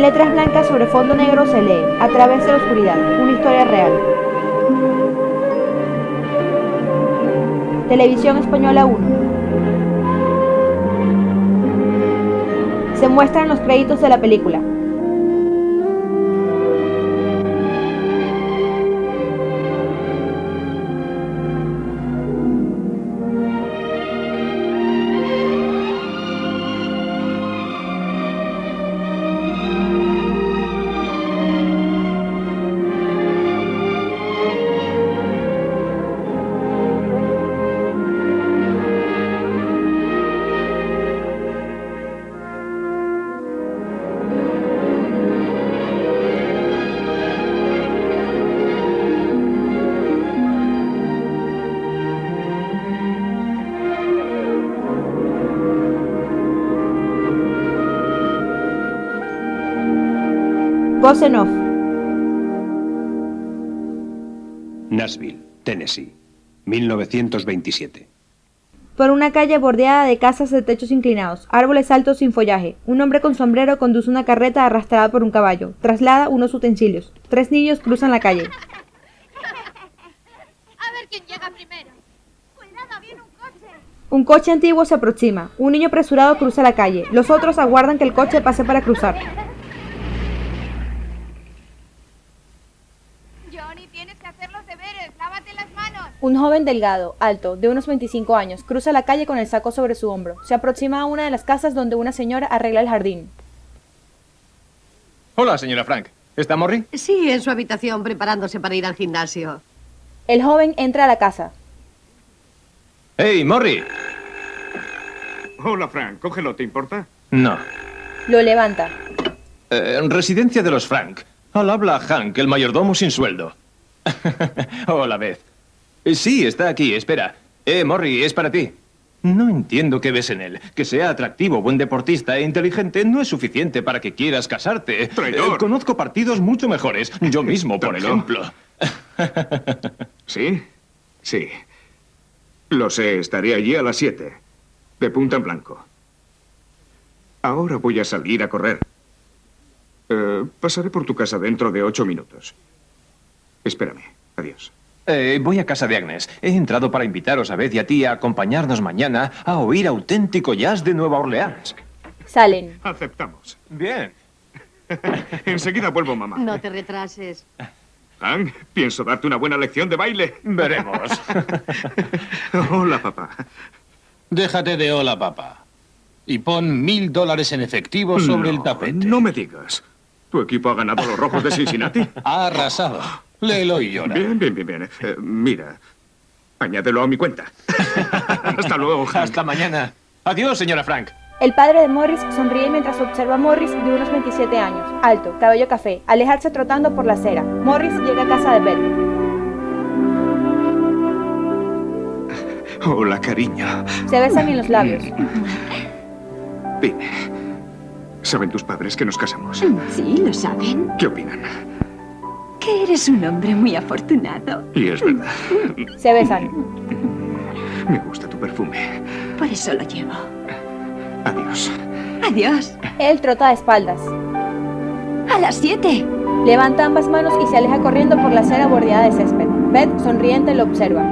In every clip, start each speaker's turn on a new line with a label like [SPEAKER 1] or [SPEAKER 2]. [SPEAKER 1] letras blancas sobre fondo negro se lee A través de la oscuridad, una historia real. Televisión Española 1. Se muestran los créditos de la película. Voz en off.
[SPEAKER 2] Nashville, Tennessee, 1927.
[SPEAKER 1] Por una calle bordeada de casas de techos inclinados, árboles altos sin follaje, un hombre con sombrero conduce una carreta arrastrada por un caballo, traslada unos utensilios. Tres niños cruzan la calle.
[SPEAKER 3] A ver quién llega primero. Cuidado, viene un coche.
[SPEAKER 1] Un coche antiguo se aproxima, un niño apresurado cruza la calle, los otros aguardan que el coche pase para cruzar.
[SPEAKER 3] Johnny, tienes que hacer los deberes. Lávate las manos.
[SPEAKER 4] Un joven delgado, alto, de unos 25 años, cruza la calle con el saco sobre su hombro. Se aproxima a una de las casas donde una señora arregla el jardín.
[SPEAKER 5] Hola, señora Frank. ¿Está Morrie?
[SPEAKER 6] Sí, en su habitación preparándose para ir al gimnasio.
[SPEAKER 4] El joven entra a la casa.
[SPEAKER 5] ¡Hey, Morrie!
[SPEAKER 7] Hola, Frank. Cógelo, ¿te importa?
[SPEAKER 5] No.
[SPEAKER 4] Lo levanta.
[SPEAKER 5] Eh, residencia de los Frank. Al habla Hank, el mayordomo sin sueldo. Hola, Beth. Eh, Sí, está aquí, espera. Eh, Morrie, es para ti. No entiendo qué ves en él. Que sea atractivo, buen deportista e inteligente no es suficiente para que quieras casarte.
[SPEAKER 7] Traidor.
[SPEAKER 5] Eh, conozco partidos mucho mejores. Yo mismo, por
[SPEAKER 7] Dámelo.
[SPEAKER 5] ejemplo.
[SPEAKER 7] ¿Sí? Sí. Lo sé, estaré allí a las 7. De punta en blanco. Ahora voy a salir a correr. Eh, pasaré por tu casa dentro de ocho minutos. Espérame. Adiós.
[SPEAKER 5] Eh, voy a casa de Agnes. He entrado para invitaros a Beth y a ti a acompañarnos mañana a oír auténtico jazz de Nueva Orleans.
[SPEAKER 4] Salen.
[SPEAKER 7] Aceptamos.
[SPEAKER 5] Bien.
[SPEAKER 7] Enseguida vuelvo, mamá.
[SPEAKER 6] No te retrases.
[SPEAKER 7] Hank, pienso darte una buena lección de baile.
[SPEAKER 5] Veremos.
[SPEAKER 7] Hola, papá.
[SPEAKER 8] Déjate de hola, papá. Y pon mil dólares en efectivo sobre
[SPEAKER 7] No,
[SPEAKER 8] el tapete.
[SPEAKER 7] No me digas. Tu equipo ha ganado a los rojos de Cincinnati.
[SPEAKER 8] Ha arrasado. Léelo y llora.
[SPEAKER 7] Bien, bien, bien, bien. Eh, mira, añádelo a mi cuenta. Hasta luego, Hank.
[SPEAKER 5] Hasta mañana. Adiós, señora Frank.
[SPEAKER 4] El padre de Morris sonríe mientras observa a Morris de unos 27 años, alto, cabello café, alejarse trotando por la acera. Morris llega a casa de Beth.
[SPEAKER 7] Hola, cariño.
[SPEAKER 4] Se besan en los labios.
[SPEAKER 7] Vine. ¿Saben tus padres que nos casamos?
[SPEAKER 9] Sí, lo saben.
[SPEAKER 7] ¿Qué opinan?
[SPEAKER 9] Que eres un hombre muy afortunado.
[SPEAKER 7] Y es verdad.
[SPEAKER 4] Se besan.
[SPEAKER 7] Me gusta tu perfume.
[SPEAKER 9] Por eso lo llevo.
[SPEAKER 7] Adiós.
[SPEAKER 9] Adiós.
[SPEAKER 4] Él trota de espaldas.
[SPEAKER 9] A las siete.
[SPEAKER 4] Levanta ambas manos y se aleja corriendo por la acera bordeada de césped. Beth, sonriente, lo observa.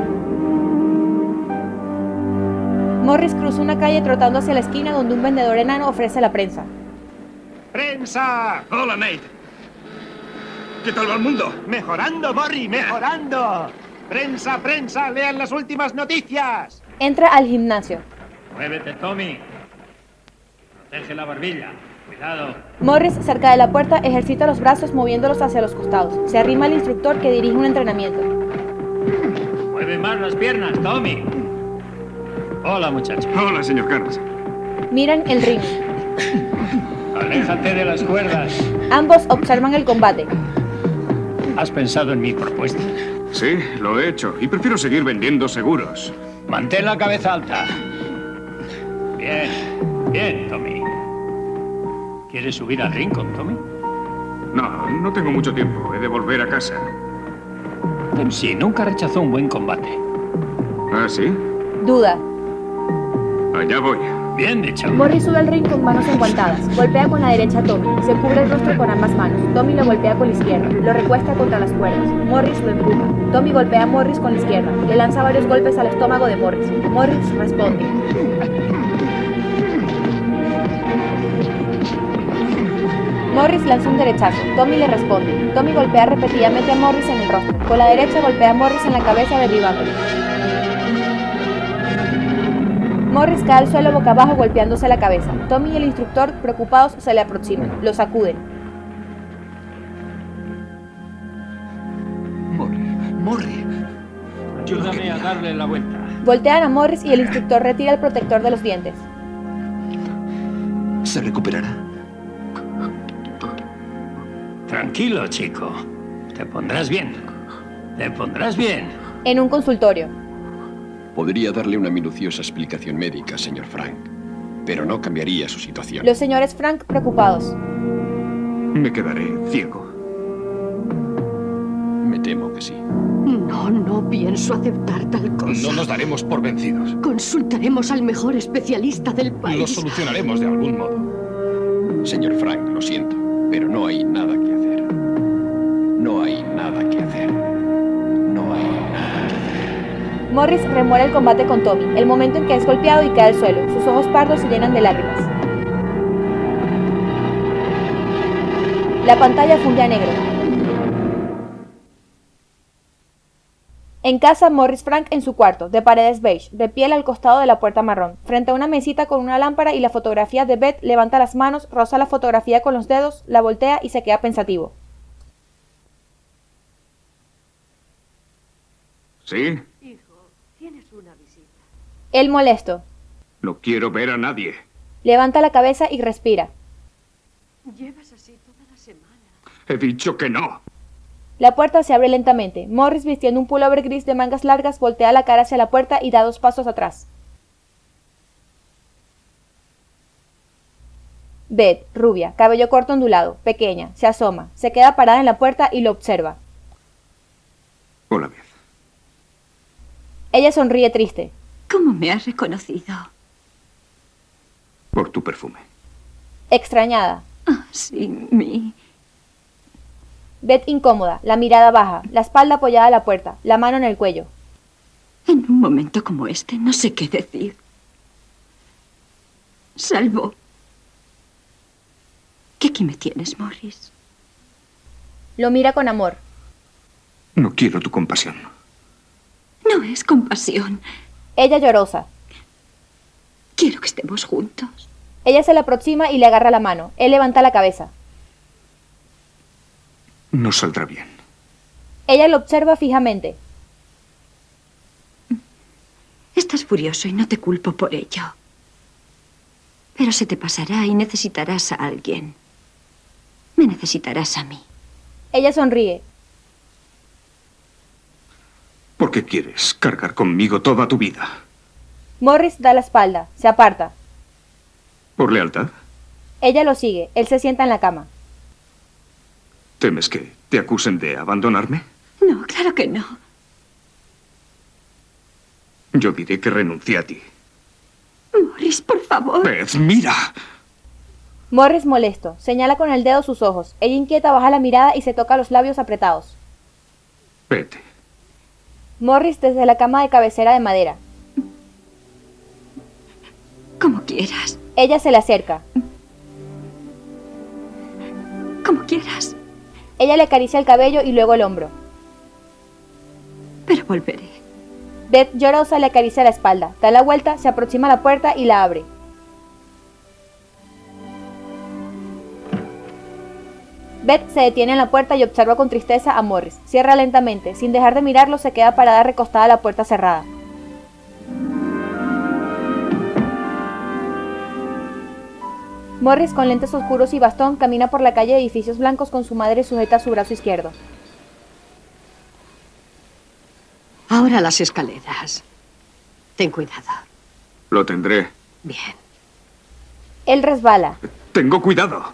[SPEAKER 4] Morris cruza una calle trotando hacia la esquina donde un vendedor enano ofrece la prensa.
[SPEAKER 10] ¡Prensa!
[SPEAKER 7] Hola, Nate. ¿Qué tal va el mundo?
[SPEAKER 10] ¡Mejorando, Morri! ¡Mejorando! ¡Prensa, prensa! ¡Lean las últimas noticias!
[SPEAKER 4] Entra al gimnasio.
[SPEAKER 10] Muévete, Tommy. Protege la barbilla. Cuidado.
[SPEAKER 4] Morris, cerca de la puerta, ejercita los brazos moviéndolos hacia los costados. Se arrima al instructor que dirige un entrenamiento.
[SPEAKER 10] Mueve más las piernas, Tommy. Hola, muchacho.
[SPEAKER 7] Hola, señor Carlos.
[SPEAKER 4] Miran el ring.
[SPEAKER 10] Aléjate de las cuerdas.
[SPEAKER 4] Ambos observan el combate.
[SPEAKER 10] Has pensado en mi propuesta.
[SPEAKER 7] Sí, lo he hecho. Y prefiero seguir vendiendo seguros.
[SPEAKER 10] Mantén la cabeza alta. Bien, bien, Tommy. ¿Quieres subir al rincón, Tommy?
[SPEAKER 7] No, no tengo mucho tiempo. He de volver a casa.
[SPEAKER 10] Sí, nunca rechazó un buen combate.
[SPEAKER 7] ¿Ah, sí?
[SPEAKER 4] Duda.
[SPEAKER 7] Allá voy.
[SPEAKER 11] Bien dicho.
[SPEAKER 4] Morris sube al ring con manos enguantadas. Golpea con la derecha a Tommy. Se cubre el rostro con ambas manos. Tommy lo golpea con la izquierda. Lo recuesta contra las cuerdas. Morris lo empuja. Tommy golpea a Morris con la izquierda. Le lanza varios golpes al estómago de Morris. Morris responde. Morris lanza un derechazo. Tommy le responde. Tommy golpea repetidamente a Morris en el rostro. Con la derecha golpea a Morris en la cabeza derribándolo. Morris cae al suelo boca abajo golpeándose la cabeza. Tommy y el instructor, preocupados, se le aproximan. Lo sacuden.
[SPEAKER 12] Morre, morre.
[SPEAKER 11] Ayúdame a darle la vuelta.
[SPEAKER 4] Voltean a Morris y el instructor retira el protector de los dientes.
[SPEAKER 12] Se recuperará.
[SPEAKER 11] Tranquilo, chico. Te pondrás bien. Te pondrás bien.
[SPEAKER 4] En un consultorio.
[SPEAKER 13] Podría darle una minuciosa explicación médica, señor Frank, pero no cambiaría su situación.
[SPEAKER 4] Los señores Frank preocupados.
[SPEAKER 7] Me quedaré ciego.
[SPEAKER 13] Me temo que sí.
[SPEAKER 6] No, no pienso aceptar tal cosa.
[SPEAKER 14] No nos daremos por vencidos.
[SPEAKER 6] Consultaremos al mejor especialista del país.
[SPEAKER 14] Lo solucionaremos de algún modo.
[SPEAKER 13] Señor Frank, lo siento, pero no hay nada que hacer. No hay nada que hacer. No hay nada que hacer.
[SPEAKER 4] Morris remora el combate con Tommy, el momento en que es golpeado y cae al suelo. Sus ojos pardos se llenan de lágrimas. La pantalla funde a negro. En casa, Morris Frank en su cuarto, de paredes beige, de piel al costado de la puerta marrón, frente a una mesita con una lámpara y la fotografía de Beth, levanta las manos, roza la fotografía con los dedos, la voltea y se queda pensativo.
[SPEAKER 7] ¿Sí?
[SPEAKER 6] Hijo, tienes una visita.
[SPEAKER 4] Él molesto.
[SPEAKER 7] No quiero ver a nadie.
[SPEAKER 4] Levanta la cabeza y respira.
[SPEAKER 6] Llevas así toda la semana.
[SPEAKER 7] He dicho que no.
[SPEAKER 4] La puerta se abre lentamente. Morris, vistiendo un pullover gris de mangas largas, voltea la cara hacia la puerta y da dos pasos atrás. Beth, rubia, cabello corto ondulado, pequeña, se asoma, se queda parada en la puerta y lo observa.
[SPEAKER 7] Hola, Beth.
[SPEAKER 4] Ella sonríe triste.
[SPEAKER 9] ¿Cómo me has reconocido?
[SPEAKER 7] Por tu perfume.
[SPEAKER 4] Extrañada.
[SPEAKER 9] Ah, sí, mi.
[SPEAKER 4] Beth incómoda, la mirada baja, la espalda apoyada a la puerta, la mano en el cuello.
[SPEAKER 9] En un momento como este no sé qué decir. Salvo... ¿Qué aquí me tienes, Morris?
[SPEAKER 4] Lo mira con amor.
[SPEAKER 7] No quiero tu compasión.
[SPEAKER 9] No es compasión.
[SPEAKER 4] Ella llorosa.
[SPEAKER 9] Quiero que estemos juntos.
[SPEAKER 4] Ella se le aproxima y le agarra la mano. Él levanta la cabeza.
[SPEAKER 7] No saldrá bien.
[SPEAKER 4] Ella lo observa fijamente.
[SPEAKER 9] Estás furioso y no te culpo por ello. Pero se te pasará y necesitarás a alguien. Me necesitarás a mí.
[SPEAKER 4] Ella sonríe.
[SPEAKER 7] ¿Por qué quieres cargar conmigo toda tu vida?
[SPEAKER 4] Morris da la espalda, se aparta.
[SPEAKER 7] ¿Por lealtad?
[SPEAKER 4] Ella lo sigue, él se sienta en la cama.
[SPEAKER 7] ¿Temes que te acusen de abandonarme?
[SPEAKER 9] No, claro que no.
[SPEAKER 7] Yo diré que renuncié a ti.
[SPEAKER 9] Morris, por favor.
[SPEAKER 7] Beth, mira.
[SPEAKER 4] Morris molesto, señala con el dedo sus ojos. Ella inquieta baja la mirada y se toca los labios apretados.
[SPEAKER 7] Vete.
[SPEAKER 4] Morris desde la cama de cabecera de madera.
[SPEAKER 9] Como quieras.
[SPEAKER 4] Ella se le acerca.
[SPEAKER 9] Como quieras.
[SPEAKER 4] Ella le acaricia el cabello y luego el hombro.
[SPEAKER 9] Pero volveré.
[SPEAKER 4] Beth llorosa le acaricia la espalda, da la vuelta, se aproxima a la puerta y la abre. Beth se detiene en la puerta y observa con tristeza a Morris. Cierra lentamente, sin dejar de mirarlo, se queda parada recostada a la puerta cerrada. Morris, con lentes oscuros y bastón, camina por la calle de edificios blancos con su madre sujeta a su brazo izquierdo.
[SPEAKER 6] Ahora las escaleras. Ten cuidado.
[SPEAKER 7] Lo tendré.
[SPEAKER 6] Bien.
[SPEAKER 4] Él resbala.
[SPEAKER 7] Tengo cuidado.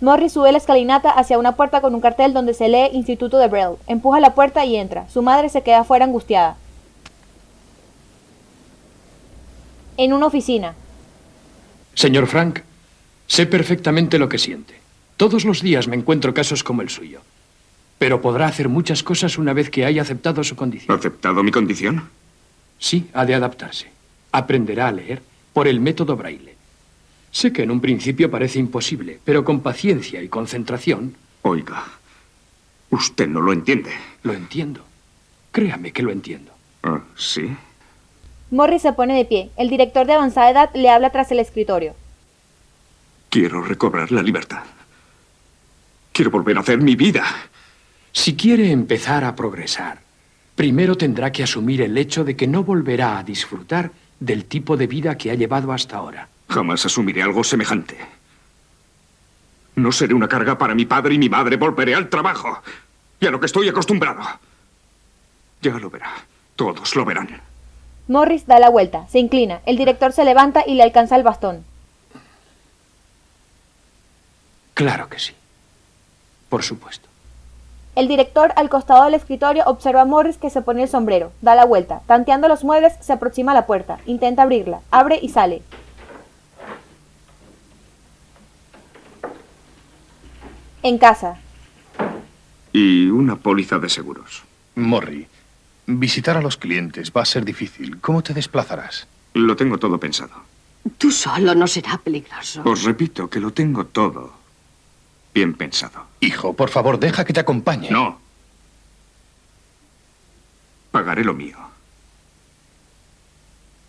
[SPEAKER 4] Morris sube la escalinata hacia una puerta con un cartel donde se lee Instituto de Braille. Empuja la puerta y entra. Su madre se queda afuera angustiada. en una oficina.
[SPEAKER 15] Señor Frank, sé perfectamente lo que siente. Todos los días me encuentro casos como el suyo. Pero podrá hacer muchas cosas una vez que haya aceptado su condición.
[SPEAKER 7] ¿Aceptado mi condición?
[SPEAKER 15] Sí, ha de adaptarse. Aprenderá a leer por el método braille. Sé que en un principio parece imposible, pero con paciencia y concentración...
[SPEAKER 7] Oiga, usted no lo entiende.
[SPEAKER 15] Lo entiendo. Créame que lo entiendo.
[SPEAKER 7] Ah, sí.
[SPEAKER 4] Morris se pone de pie. El director de avanzada edad le habla tras el escritorio.
[SPEAKER 7] Quiero recobrar la libertad. Quiero volver a hacer mi vida.
[SPEAKER 15] Si quiere empezar a progresar, primero tendrá que asumir el hecho de que no volverá a disfrutar del tipo de vida que ha llevado hasta ahora.
[SPEAKER 7] Jamás asumiré algo semejante. No seré una carga para mi padre y mi madre. Volveré al trabajo. Y a lo que estoy acostumbrado. Ya lo verá. Todos lo verán.
[SPEAKER 4] Morris da la vuelta, se inclina, el director se levanta y le alcanza el bastón.
[SPEAKER 15] Claro que sí. Por supuesto.
[SPEAKER 4] El director, al costado del escritorio, observa a Morris que se pone el sombrero, da la vuelta, tanteando los muebles, se aproxima a la puerta, intenta abrirla, abre y sale. En casa.
[SPEAKER 7] Y una póliza de seguros.
[SPEAKER 8] Morrie, visitar a los clientes va a ser difícil. ¿Cómo te desplazarás?
[SPEAKER 7] Lo tengo todo pensado.
[SPEAKER 6] Tú solo no será peligroso.
[SPEAKER 7] Os repito que lo tengo todo bien pensado.
[SPEAKER 8] Hijo, por favor, deja que te acompañe.
[SPEAKER 7] No. Pagaré lo mío.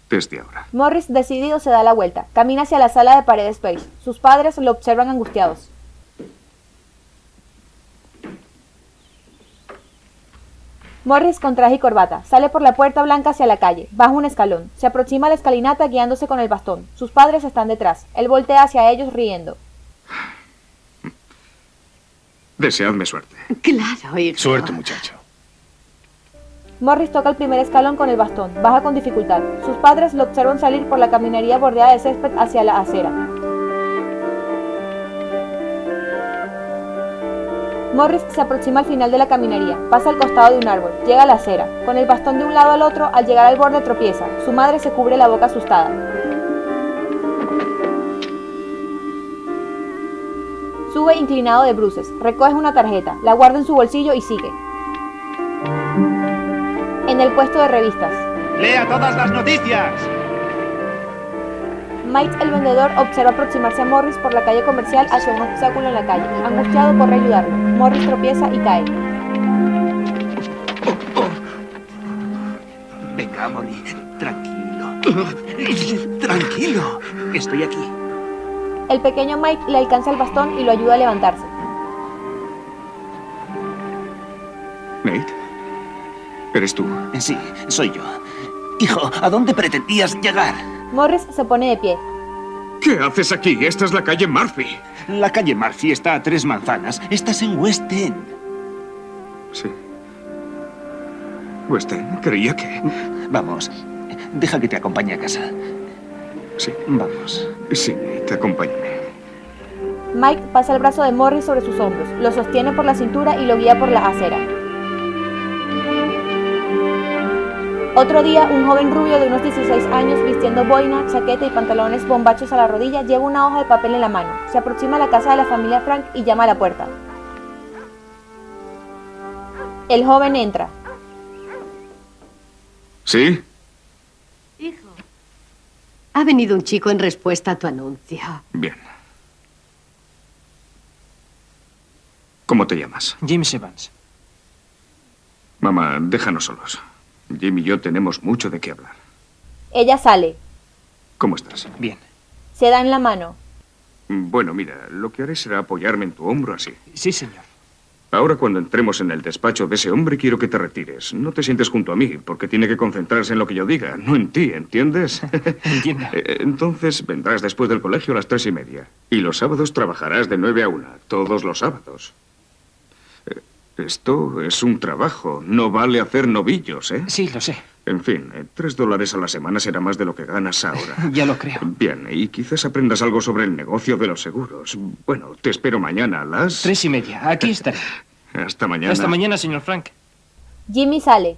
[SPEAKER 7] Desde ahora.
[SPEAKER 4] Morris, decidido, se da la vuelta, camina hacia la sala de paredes beige. Sus padres lo observan angustiados. Morris con traje y corbata sale por la puerta blanca hacia la calle, baja un escalón, se aproxima a la escalinata guiándose con el bastón. Sus padres están detrás. Él voltea hacia ellos riendo.
[SPEAKER 7] Deseadme suerte.
[SPEAKER 6] Claro, hijo.
[SPEAKER 8] Suerte, muchacho.
[SPEAKER 4] Morris toca el primer escalón con el bastón, baja con dificultad. Sus padres lo observan salir por la caminería bordeada de césped hacia la acera. Morris se aproxima al final de la caminería, pasa al costado de un árbol, llega a la acera. Con el bastón de un lado al otro, al llegar al borde tropieza. Su madre se cubre la boca asustada. Sube inclinado de bruces, recoge una tarjeta, la guarda en su bolsillo y sigue. En el puesto de revistas,
[SPEAKER 16] Lea todas las noticias.
[SPEAKER 4] Mike el vendedor observa aproximarse a Morris por la calle comercial hacia un obstáculo en la calle. Angustiado corre a ayudarlo. Morris tropieza y cae.
[SPEAKER 16] Venga, Molly, tranquilo. Tranquilo, estoy aquí.
[SPEAKER 4] El pequeño Mike le alcanza el bastón y lo ayuda a levantarse.
[SPEAKER 7] Nate, ¿eres tú?
[SPEAKER 16] Eh, Sí, soy yo. Hijo, ¿a dónde pretendías llegar?
[SPEAKER 4] Morris se pone de pie.
[SPEAKER 7] ¿Qué haces aquí? Esta es la calle Murphy.
[SPEAKER 16] La calle Murphy está a tres manzanas. Estás en West End.
[SPEAKER 7] Sí. Weston, creía que...
[SPEAKER 16] Vamos, deja que te acompañe a casa.
[SPEAKER 7] Sí.
[SPEAKER 16] Vamos.
[SPEAKER 7] Sí, Nate, acompáñame.
[SPEAKER 4] Mike pasa el brazo de Morris sobre sus hombros, lo sostiene por la cintura y lo guía por la acera. Otro día, un joven rubio de unos 16 años, vistiendo boina, chaqueta y pantalones bombachos a la rodilla, lleva una hoja de papel en la mano. Se aproxima a la casa de la familia Frank y llama a la puerta. El joven entra.
[SPEAKER 7] ¿Sí?
[SPEAKER 6] Hijo. Ha venido un chico en respuesta a tu anuncio.
[SPEAKER 7] Bien. ¿Cómo te llamas?
[SPEAKER 17] Jim Evans.
[SPEAKER 7] Mamá, déjanos solos. Jim y yo tenemos mucho de qué hablar.
[SPEAKER 4] Ella sale,
[SPEAKER 7] ¿Cómo estás?
[SPEAKER 17] Bien.
[SPEAKER 4] se da en la mano.
[SPEAKER 7] Bueno, mira, lo que haré será apoyarme en tu hombro así.
[SPEAKER 17] Sí, señor.
[SPEAKER 7] Ahora cuando entremos en el despacho de ese hombre quiero que te retires. No te sientes junto a mí, porque tiene que concentrarse en lo que yo diga, no en ti, ¿entiendes?
[SPEAKER 17] Entiendo.
[SPEAKER 7] Eh, Entonces vendrás después del colegio a las tres y media. Y los sábados trabajarás de nueve a una, todos los sábados. Eh, Esto es un trabajo, no vale hacer novillos, ¿eh?
[SPEAKER 17] Sí, lo sé.
[SPEAKER 7] En fin, eh, tres dólares a la semana será más de lo que ganas ahora.
[SPEAKER 17] Ya lo creo.
[SPEAKER 7] Bien, y quizás aprendas algo sobre el negocio de los seguros. Bueno, te espero mañana a las...
[SPEAKER 17] Tres y media. Aquí estaré.
[SPEAKER 7] Hasta mañana.
[SPEAKER 17] Hasta mañana, señor Frank.
[SPEAKER 4] Jimmy sale.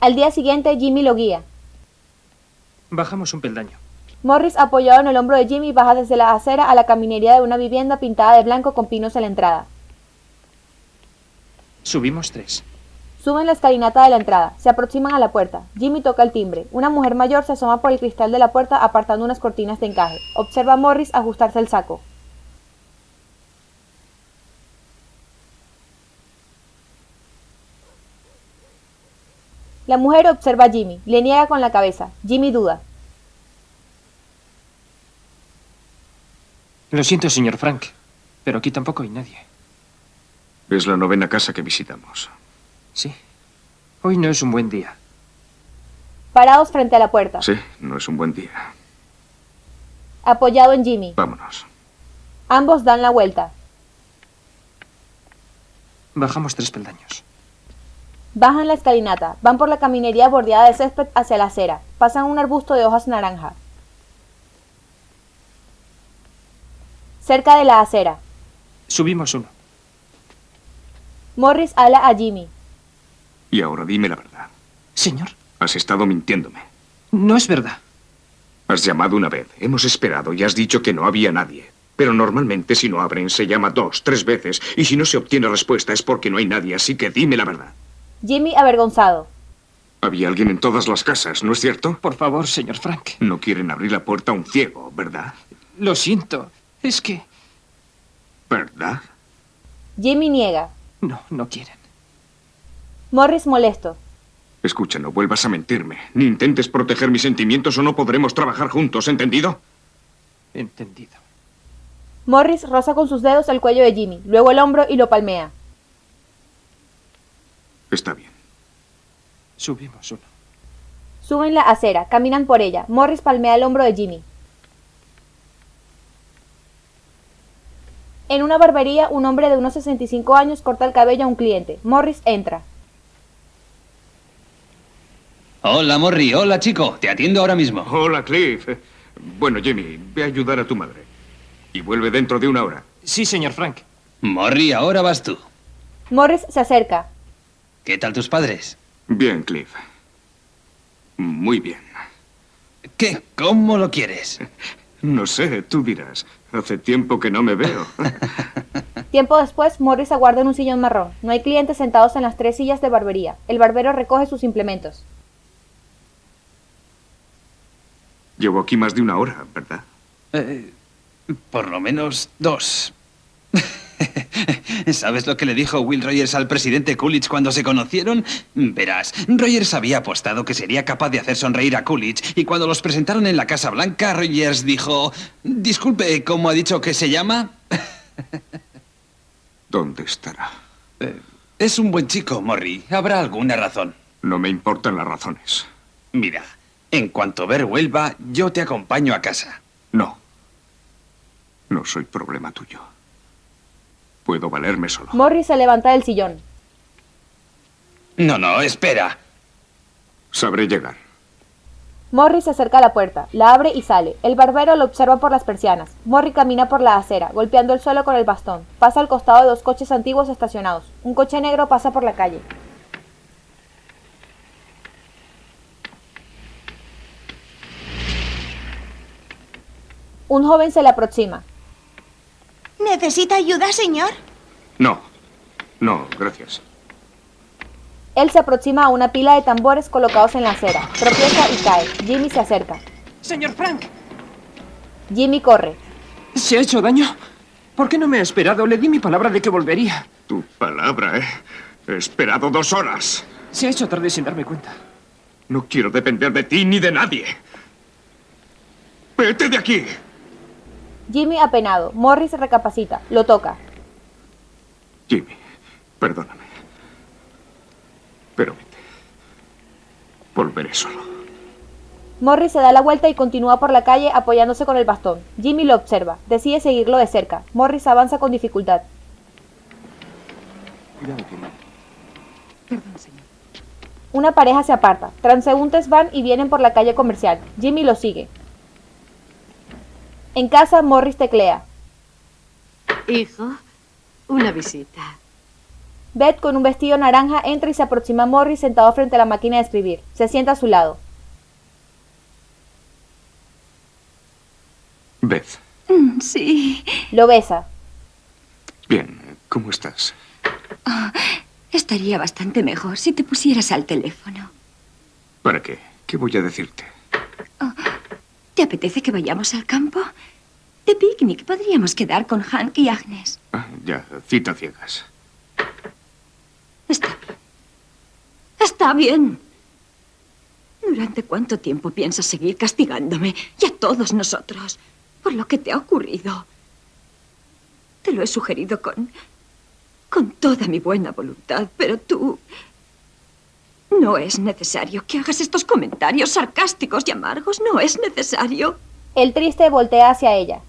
[SPEAKER 4] Al día siguiente, Jimmy lo guía.
[SPEAKER 17] Bajamos un peldaño.
[SPEAKER 4] Morris, apoyado en el hombro de Jimmy, baja desde la acera a la caminería de una vivienda pintada de blanco con pinos en la entrada.
[SPEAKER 17] Subimos tres.
[SPEAKER 4] Suben la escalinata de la entrada, se aproximan a la puerta. Jimmy toca el timbre. Una mujer mayor se asoma por el cristal de la puerta apartando unas cortinas de encaje. Observa a Morris ajustarse el saco. La mujer observa a Jimmy, le niega con la cabeza. Jimmy duda.
[SPEAKER 17] Lo siento, señor Frank, pero aquí tampoco hay nadie.
[SPEAKER 7] Es la novena casa que visitamos.
[SPEAKER 17] Sí. Hoy no es un buen día.
[SPEAKER 4] Parados frente a la puerta,
[SPEAKER 7] Sí, no es un buen día.
[SPEAKER 4] apoyado en Jimmy.
[SPEAKER 7] Vámonos.
[SPEAKER 4] Ambos dan la vuelta.
[SPEAKER 17] Bajamos tres peldaños.
[SPEAKER 4] Bajan la escalinata, van por la caminería bordeada de césped hacia la acera, pasan un arbusto de hojas naranja. Cerca de la acera,
[SPEAKER 17] Subimos uno.
[SPEAKER 4] Morris habla a Jimmy.
[SPEAKER 7] Y ahora dime la verdad.
[SPEAKER 17] Señor.
[SPEAKER 7] Has estado mintiéndome.
[SPEAKER 17] No es verdad.
[SPEAKER 7] Has llamado una vez, hemos esperado y has dicho que no había nadie. Pero normalmente si no abren se llama dos, tres veces y si no se obtiene respuesta es porque no hay nadie, así que dime la verdad.
[SPEAKER 4] Jimmy avergonzado.
[SPEAKER 7] Había alguien en todas las casas, ¿no es cierto?
[SPEAKER 17] Por favor, señor Frank.
[SPEAKER 7] No quieren abrir la puerta a un ciego, ¿verdad?
[SPEAKER 17] Lo siento. Es que...
[SPEAKER 7] ¿Verdad?
[SPEAKER 4] Jimmy niega.
[SPEAKER 17] No, no quieren.
[SPEAKER 4] Morris molesto.
[SPEAKER 7] Escucha, no vuelvas a mentirme. Ni intentes proteger mis sentimientos o no podremos trabajar juntos, ¿entendido?
[SPEAKER 17] Entendido.
[SPEAKER 4] Morris roza con sus dedos el cuello de Jimmy, luego el hombro y lo palmea.
[SPEAKER 7] Está bien.
[SPEAKER 17] Subimos uno.
[SPEAKER 4] Suben la acera, caminan por ella. Morris palmea el hombro de Jimmy. En una barbería, un hombre de unos 65 años corta el cabello a un cliente. Morris entra.
[SPEAKER 16] Hola, Morri. Hola, chico. Te atiendo ahora mismo.
[SPEAKER 7] Hola, Cliff. Bueno, Jimmy, ve a ayudar a tu madre. Y vuelve dentro de una hora.
[SPEAKER 17] Sí, señor Frank.
[SPEAKER 16] Morri, ahora vas tú.
[SPEAKER 4] Morris se acerca.
[SPEAKER 16] ¿Qué tal tus padres?
[SPEAKER 7] Bien, Cliff. Muy bien.
[SPEAKER 16] ¿Qué? ¿Cómo lo quieres?
[SPEAKER 7] No sé, tú dirás. Hace tiempo que no me veo.
[SPEAKER 4] Tiempo después, Morris aguarda en un sillón marrón. No hay clientes sentados en las tres sillas de barbería. El barbero recoge sus implementos.
[SPEAKER 7] Llevo aquí más de una hora, ¿verdad?
[SPEAKER 16] Eh, por lo menos dos. ¿Sabes lo que le dijo Will Rogers al presidente Coolidge cuando se conocieron? Verás, Rogers había apostado que sería capaz de hacer sonreír a Coolidge y cuando los presentaron en la Casa Blanca, Rogers dijo, disculpe, ¿cómo ha dicho que se llama?
[SPEAKER 7] ¿Dónde estará?
[SPEAKER 16] Eh, Es un buen chico, Morrie. Habrá alguna razón.
[SPEAKER 7] No me importan las razones.
[SPEAKER 16] Mira, en cuanto Ver vuelva, yo te acompaño a casa.
[SPEAKER 7] No. No soy problema tuyo. Puedo valerme solo.
[SPEAKER 4] Morris se levanta del sillón.
[SPEAKER 16] No, no, espera.
[SPEAKER 7] Sabré llegar.
[SPEAKER 4] Morris se acerca a la puerta, la abre y sale. El barbero lo observa por las persianas. Morris camina por la acera, golpeando el suelo con el bastón. Pasa al costado de dos coches antiguos estacionados. Un coche negro pasa por la calle. Un joven se le aproxima.
[SPEAKER 18] ¿Necesita ayuda, señor?
[SPEAKER 7] No. No, gracias.
[SPEAKER 4] Él se aproxima a una pila de tambores colocados en la acera. Tropieza y cae. Jimmy se acerca.
[SPEAKER 17] Señor Frank.
[SPEAKER 4] Jimmy corre.
[SPEAKER 17] ¿Se ha hecho daño? ¿Por qué no me ha esperado? Le di mi palabra de que volvería.
[SPEAKER 7] Tu palabra, ¿eh? He esperado dos horas.
[SPEAKER 17] Se ha hecho tarde sin darme cuenta.
[SPEAKER 7] No quiero depender de ti ni de nadie. ¡Vete de aquí!
[SPEAKER 4] Jimmy apenado. Morris recapacita. Lo toca.
[SPEAKER 7] Jimmy, perdóname. Pero vete. Volveré solo.
[SPEAKER 4] Morris se da la vuelta y continúa por la calle apoyándose con el bastón. Jimmy lo observa. Decide seguirlo de cerca. Morris avanza con dificultad.
[SPEAKER 17] Cuidado, que mal.
[SPEAKER 4] Una pareja se aparta. Transeúntes van y vienen por la calle comercial. Jimmy lo sigue. En casa, Morris teclea.
[SPEAKER 6] Hijo, una visita.
[SPEAKER 4] Beth con un vestido naranja entra y se aproxima a Morris sentado frente a la máquina de escribir. Se sienta a su lado.
[SPEAKER 7] Beth,
[SPEAKER 9] Sí.
[SPEAKER 4] Lo besa.
[SPEAKER 7] bien, ¿cómo estás?
[SPEAKER 9] Ah, estaría bastante mejor si te pusieras al teléfono.
[SPEAKER 7] ¿Para qué? ¿Qué voy a decirte?
[SPEAKER 9] ¿Te apetece que vayamos al campo? De picnic podríamos quedar con Hank y Agnes.
[SPEAKER 7] Ah, ya, cita ciegas.
[SPEAKER 9] Está bien. Está bien. ¿Durante cuánto tiempo piensas seguir castigándome y a todos nosotros por lo que te ha ocurrido? Te lo he sugerido con... con toda mi buena voluntad, pero tú... No es necesario que hagas estos comentarios sarcásticos y amargos. No es necesario.
[SPEAKER 4] El triste voltea hacia ella.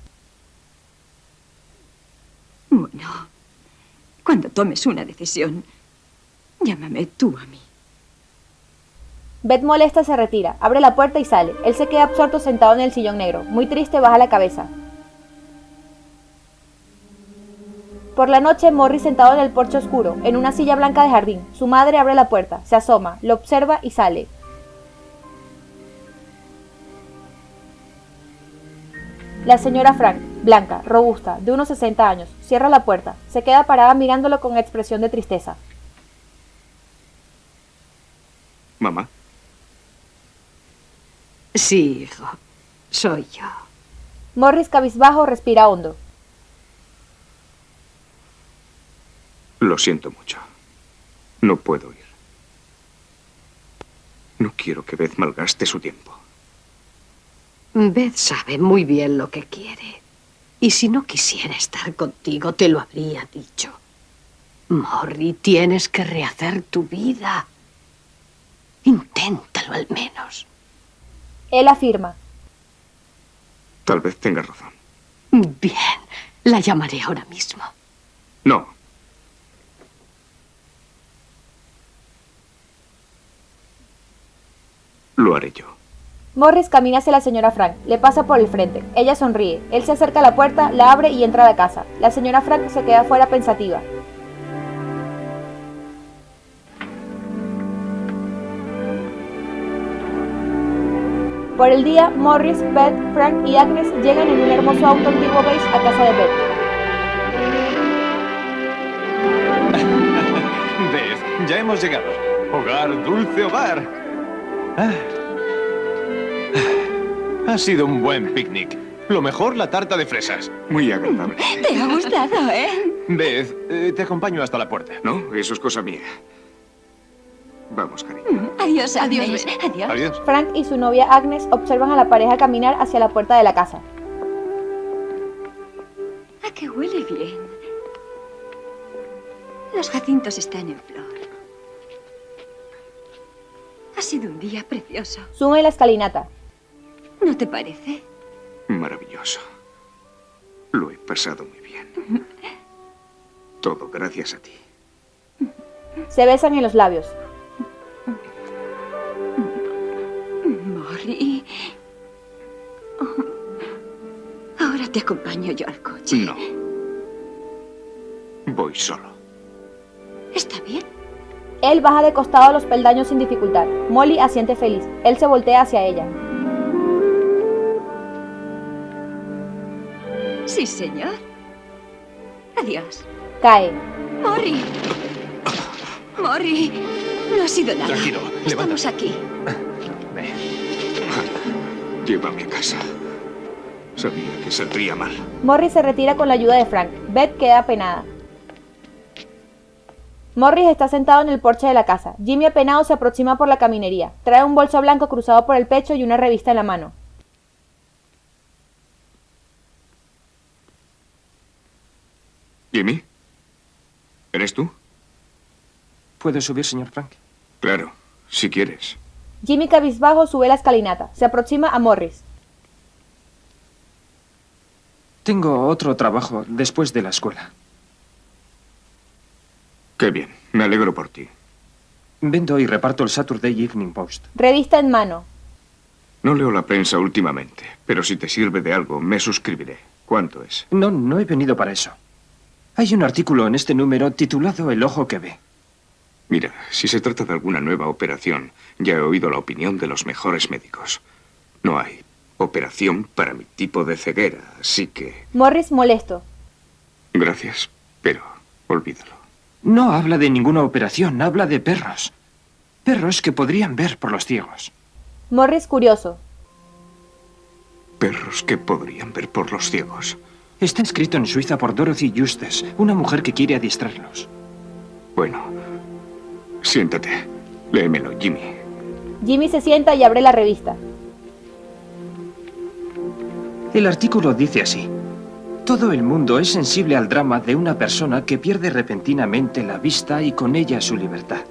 [SPEAKER 9] Bueno, cuando tomes una decisión, llámame tú a mí.
[SPEAKER 4] Beth molesta se retira, abre la puerta y sale. Él se queda absorto sentado en el sillón negro. Muy triste baja la cabeza. Por la noche, Morris sentado en el porche oscuro, en una silla blanca de jardín. Su madre abre la puerta, se asoma, lo observa y sale. La señora Frank, blanca, robusta, de unos 60 años, cierra la puerta, se queda parada mirándolo con expresión de tristeza.
[SPEAKER 7] Mamá,
[SPEAKER 6] Sí, hijo. Soy yo.
[SPEAKER 4] Morris cabizbajo respira hondo.
[SPEAKER 7] lo siento mucho. No puedo ir. No quiero que Beth malgaste su tiempo.
[SPEAKER 6] Beth sabe muy bien lo que quiere. Y si no quisiera estar contigo, te lo habría dicho. Morrie, tienes que rehacer tu vida. Inténtalo al menos.
[SPEAKER 4] Él afirma.
[SPEAKER 7] Tal vez tengas razón.
[SPEAKER 6] Bien, la llamaré ahora mismo.
[SPEAKER 7] No. Lo haré yo.
[SPEAKER 4] Morris camina hacia la señora Frank, le pasa por el frente. Ella sonríe. Él se acerca a la puerta, la abre y entra a la casa. La señora Frank se queda fuera pensativa. Por el día, Morris, Beth, Frank y Agnes llegan en un hermoso auto antiguo beige a casa de Beth.
[SPEAKER 14] Beth, ya hemos llegado. Hogar, dulce hogar. Ah. Ah. Ha sido un buen picnic. Lo mejor, la tarta de fresas.
[SPEAKER 7] Muy agradable.
[SPEAKER 9] Te ha gustado, ¿eh?
[SPEAKER 14] Beth, eh, te acompaño hasta la puerta.
[SPEAKER 7] No, eso es cosa mía. Vamos, cariño.
[SPEAKER 9] Mm, Adiós,
[SPEAKER 6] Adiós,
[SPEAKER 9] Agnes. Adiós.
[SPEAKER 14] Adiós.
[SPEAKER 4] Frank y su novia Agnes observan a la pareja caminar hacia la puerta de la casa.
[SPEAKER 9] Ah, que huele bien. Los jacintos están en flor. Ha sido un día precioso,
[SPEAKER 4] Suben la escalinata.
[SPEAKER 9] ¿no te parece?
[SPEAKER 7] Maravilloso. Lo he pasado muy bien. Todo gracias a ti.
[SPEAKER 4] Se besan en los labios.
[SPEAKER 9] Morrie. Oh. Ahora te acompaño yo al coche.
[SPEAKER 7] No. Voy solo.
[SPEAKER 9] ¿Está bien?
[SPEAKER 4] Él baja de costado los peldaños sin dificultad. Molly asiente feliz. Él se voltea hacia ella.
[SPEAKER 9] Sí, señor. Adiós.
[SPEAKER 4] Cae.
[SPEAKER 9] Morrie. Morrie. No ha sido nada.
[SPEAKER 14] Tranquilo,
[SPEAKER 9] Estamos aquí.
[SPEAKER 7] Llévame a casa. Sabía que saldría mal.
[SPEAKER 4] Morris se retira con la ayuda de Frank. Beth queda apenada. Morris está sentado en el porche de la casa. Jimmy apenado se aproxima por la caminería. Trae un bolso blanco cruzado por el pecho y una revista en la mano.
[SPEAKER 7] Jimmy, ¿eres tú?
[SPEAKER 17] ¿Puedo subir, señor Frank?
[SPEAKER 7] Claro, si quieres.
[SPEAKER 4] Jimmy cabizbajo sube la escalinata. Se aproxima a Morris.
[SPEAKER 17] Tengo otro trabajo después de la escuela.
[SPEAKER 7] Qué bien, me alegro por ti.
[SPEAKER 17] Vendo y reparto el Saturday Evening Post.
[SPEAKER 4] Revista en mano.
[SPEAKER 7] No leo la prensa últimamente, pero si te sirve de algo, me suscribiré. ¿Cuánto es?
[SPEAKER 17] No, no he venido para eso. Hay un artículo en este número titulado El ojo que ve.
[SPEAKER 7] Mira, si se trata de alguna nueva operación, ya he oído la opinión de los mejores médicos. No hay operación para mi tipo de ceguera, así que...
[SPEAKER 4] Morris molesto.
[SPEAKER 7] Gracias, pero olvídalo.
[SPEAKER 17] No habla de ninguna operación, habla de perros. Perros que podrían ver por los ciegos.
[SPEAKER 4] Morris curioso.
[SPEAKER 7] Perros que podrían ver por los ciegos.
[SPEAKER 17] Está escrito en Suiza por Dorothy Justes, una mujer que quiere adistrarlos.
[SPEAKER 7] Bueno, siéntate. Léemelo, Jimmy.
[SPEAKER 4] Jimmy se sienta y abre la revista.
[SPEAKER 17] El artículo dice así. Todo el mundo es sensible al drama de una persona que pierde repentinamente la vista y con ella su libertad.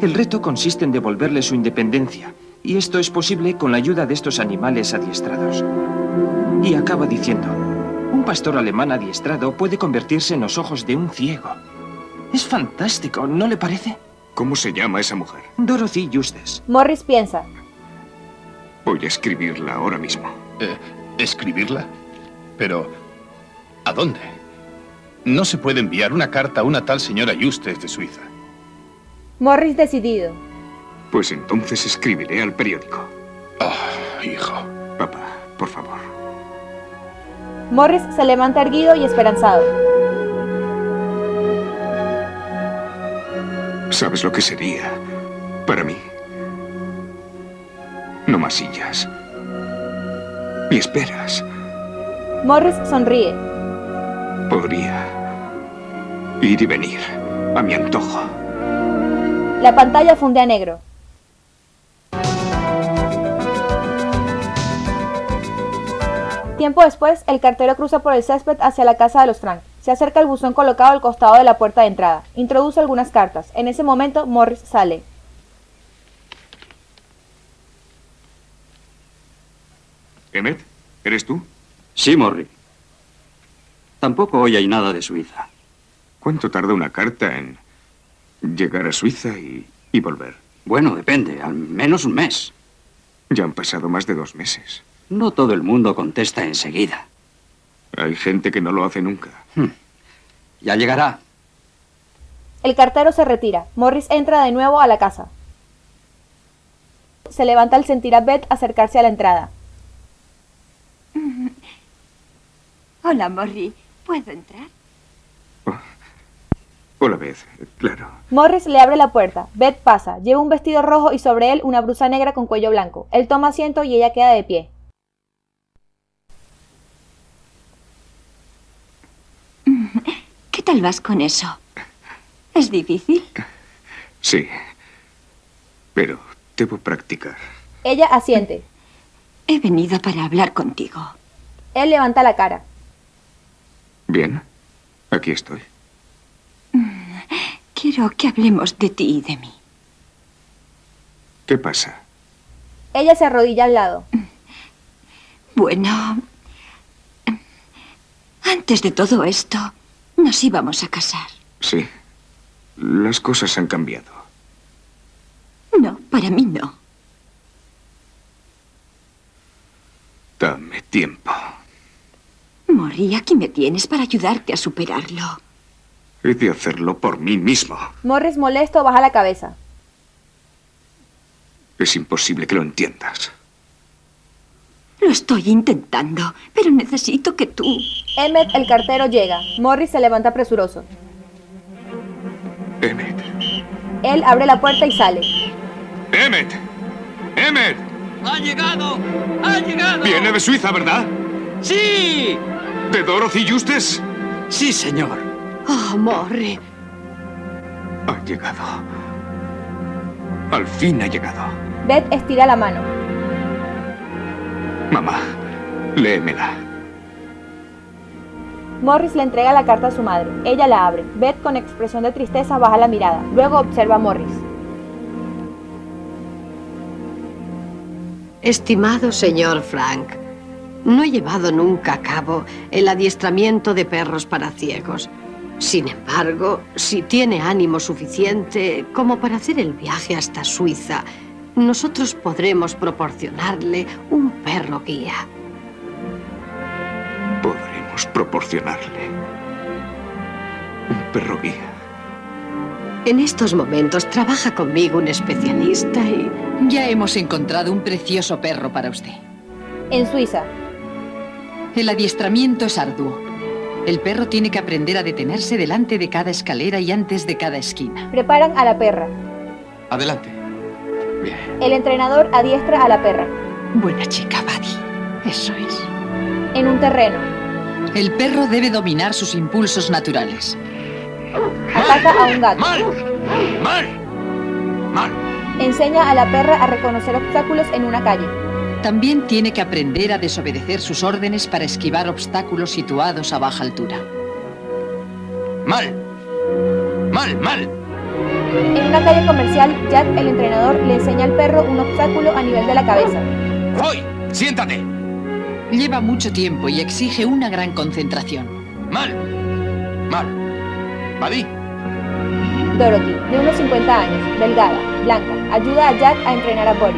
[SPEAKER 17] El reto consiste en devolverle su independencia, y esto es posible con la ayuda de estos animales adiestrados. Y acaba diciendo, un pastor alemán adiestrado puede convertirse en los ojos de un ciego. Es fantástico, ¿no le parece?
[SPEAKER 7] ¿Cómo se llama esa mujer?
[SPEAKER 17] Dorothy Justes.
[SPEAKER 4] Morris piensa.
[SPEAKER 7] Voy a escribirla ahora mismo.
[SPEAKER 13] Eh, ¿Escribirla? Pero, ¿a dónde? No se puede enviar una carta a una tal señora Justes de Suiza.
[SPEAKER 4] Morris decidido.
[SPEAKER 7] Pues entonces escribiré al periódico.
[SPEAKER 13] Ah, hijo.
[SPEAKER 7] Papá, por favor.
[SPEAKER 4] Morris se levanta erguido y esperanzado.
[SPEAKER 7] ¿Sabes lo que sería para mí? No más sillas. Ni esperas.
[SPEAKER 4] Morris sonríe.
[SPEAKER 7] Podría ir y venir a mi antojo.
[SPEAKER 4] La pantalla funde a negro. Tiempo después, el cartero cruza por el césped hacia la casa de los Frank. Se acerca al buzón colocado al costado de la puerta de entrada. Introduce algunas cartas. En ese momento, Morris sale.
[SPEAKER 7] Emmet, ¿eres tú?
[SPEAKER 19] Sí, Morris. Tampoco hoy hay nada de Suiza.
[SPEAKER 7] ¿Cuánto tarda una carta en llegar a Suiza y, y volver?
[SPEAKER 19] Bueno, depende. Al menos un mes.
[SPEAKER 7] Ya han pasado más de dos meses.
[SPEAKER 19] No todo el mundo contesta enseguida.
[SPEAKER 7] Hay gente que no lo hace nunca.
[SPEAKER 19] Hmm. Ya llegará.
[SPEAKER 4] El cartero se retira. Morris entra de nuevo a la casa. Se levanta al sentir a Beth acercarse a la entrada.
[SPEAKER 9] Hola, Morrie. ¿Puedo entrar?
[SPEAKER 7] Hola, Beth. Claro.
[SPEAKER 4] Morris le abre la puerta. Beth pasa. Lleva un vestido rojo y sobre él una blusa negra con cuello blanco. Él toma asiento y ella queda de pie.
[SPEAKER 9] Mm, ¿Qué tal vas con eso? ¿Es difícil?
[SPEAKER 7] Sí. Pero debo practicar.
[SPEAKER 4] Ella asiente.
[SPEAKER 9] He venido para hablar contigo.
[SPEAKER 4] Él levanta la cara.
[SPEAKER 7] Bien. Aquí estoy.
[SPEAKER 9] Mm, Quiero que hablemos de ti y de mí.
[SPEAKER 7] ¿Qué pasa?
[SPEAKER 4] Ella se arrodilla al lado.
[SPEAKER 9] Bueno, mm, antes de todo esto, nos íbamos a casar.
[SPEAKER 7] Sí. Las cosas han cambiado.
[SPEAKER 9] No, para mí no.
[SPEAKER 7] Dame tiempo.
[SPEAKER 9] Morri, aquí me tienes para ayudarte a superarlo.
[SPEAKER 7] He de hacerlo por mí mismo.
[SPEAKER 4] Morris molesto baja la cabeza.
[SPEAKER 7] Es imposible que lo entiendas.
[SPEAKER 9] Lo estoy intentando, pero necesito que tú...
[SPEAKER 4] Emmet, el cartero, llega. Morris se levanta presuroso.
[SPEAKER 7] Emmet.
[SPEAKER 4] Él abre la puerta y sale.
[SPEAKER 7] Emmet. Emmet.
[SPEAKER 8] Ha llegado. Ha llegado.
[SPEAKER 7] Viene de Suiza, ¿verdad?
[SPEAKER 8] Sí.
[SPEAKER 7] ¿De Dorothy Justes?
[SPEAKER 19] Sí, señor.
[SPEAKER 6] Oh, Morris.
[SPEAKER 7] Ha llegado. Al fin ha llegado.
[SPEAKER 4] Beth estira la mano.
[SPEAKER 7] Mamá, léemela.
[SPEAKER 4] Morris le entrega la carta a su madre. Ella la abre. Beth, con expresión de tristeza, baja la mirada. Luego observa a Morris.
[SPEAKER 6] Estimado señor Frank, no he llevado nunca a cabo el adiestramiento de perros para ciegos. Sin embargo, si tiene ánimo suficiente como para hacer el viaje hasta Suiza, nosotros podremos proporcionarle un perro guía.
[SPEAKER 7] Podremos proporcionarle
[SPEAKER 12] perro guía.
[SPEAKER 6] En estos momentos trabaja conmigo un especialista y...
[SPEAKER 3] Ya hemos encontrado un precioso perro para usted.
[SPEAKER 4] En Suiza.
[SPEAKER 3] El adiestramiento es arduo. El perro tiene que aprender a detenerse delante de cada escalera y antes de cada esquina.
[SPEAKER 4] Preparan a la perra.
[SPEAKER 19] Adelante.
[SPEAKER 4] El entrenador adiestra a la perra.
[SPEAKER 3] Buena chica, Buddy. Eso es.
[SPEAKER 4] En un terreno.
[SPEAKER 3] El perro debe dominar sus impulsos naturales.
[SPEAKER 4] Ataca a un gato.
[SPEAKER 8] ¡Mal! ¡Mal!
[SPEAKER 4] Enseña a la perra a reconocer obstáculos en una calle.
[SPEAKER 3] También tiene que aprender a desobedecer sus órdenes para esquivar obstáculos situados a baja altura.
[SPEAKER 8] ¡Mal! ¡Mal, mal!
[SPEAKER 4] En una calle comercial, Jack, el entrenador, le enseña al perro un obstáculo a nivel de la cabeza.
[SPEAKER 8] ¡Voy! ¡Siéntate!
[SPEAKER 3] Lleva mucho tiempo y exige una gran concentración.
[SPEAKER 8] ¡Mal! ¡Mal! ¿Buddy?
[SPEAKER 4] Dorothy, de unos 50 años, delgada, blanca, ayuda a Jack a entrenar a Pori.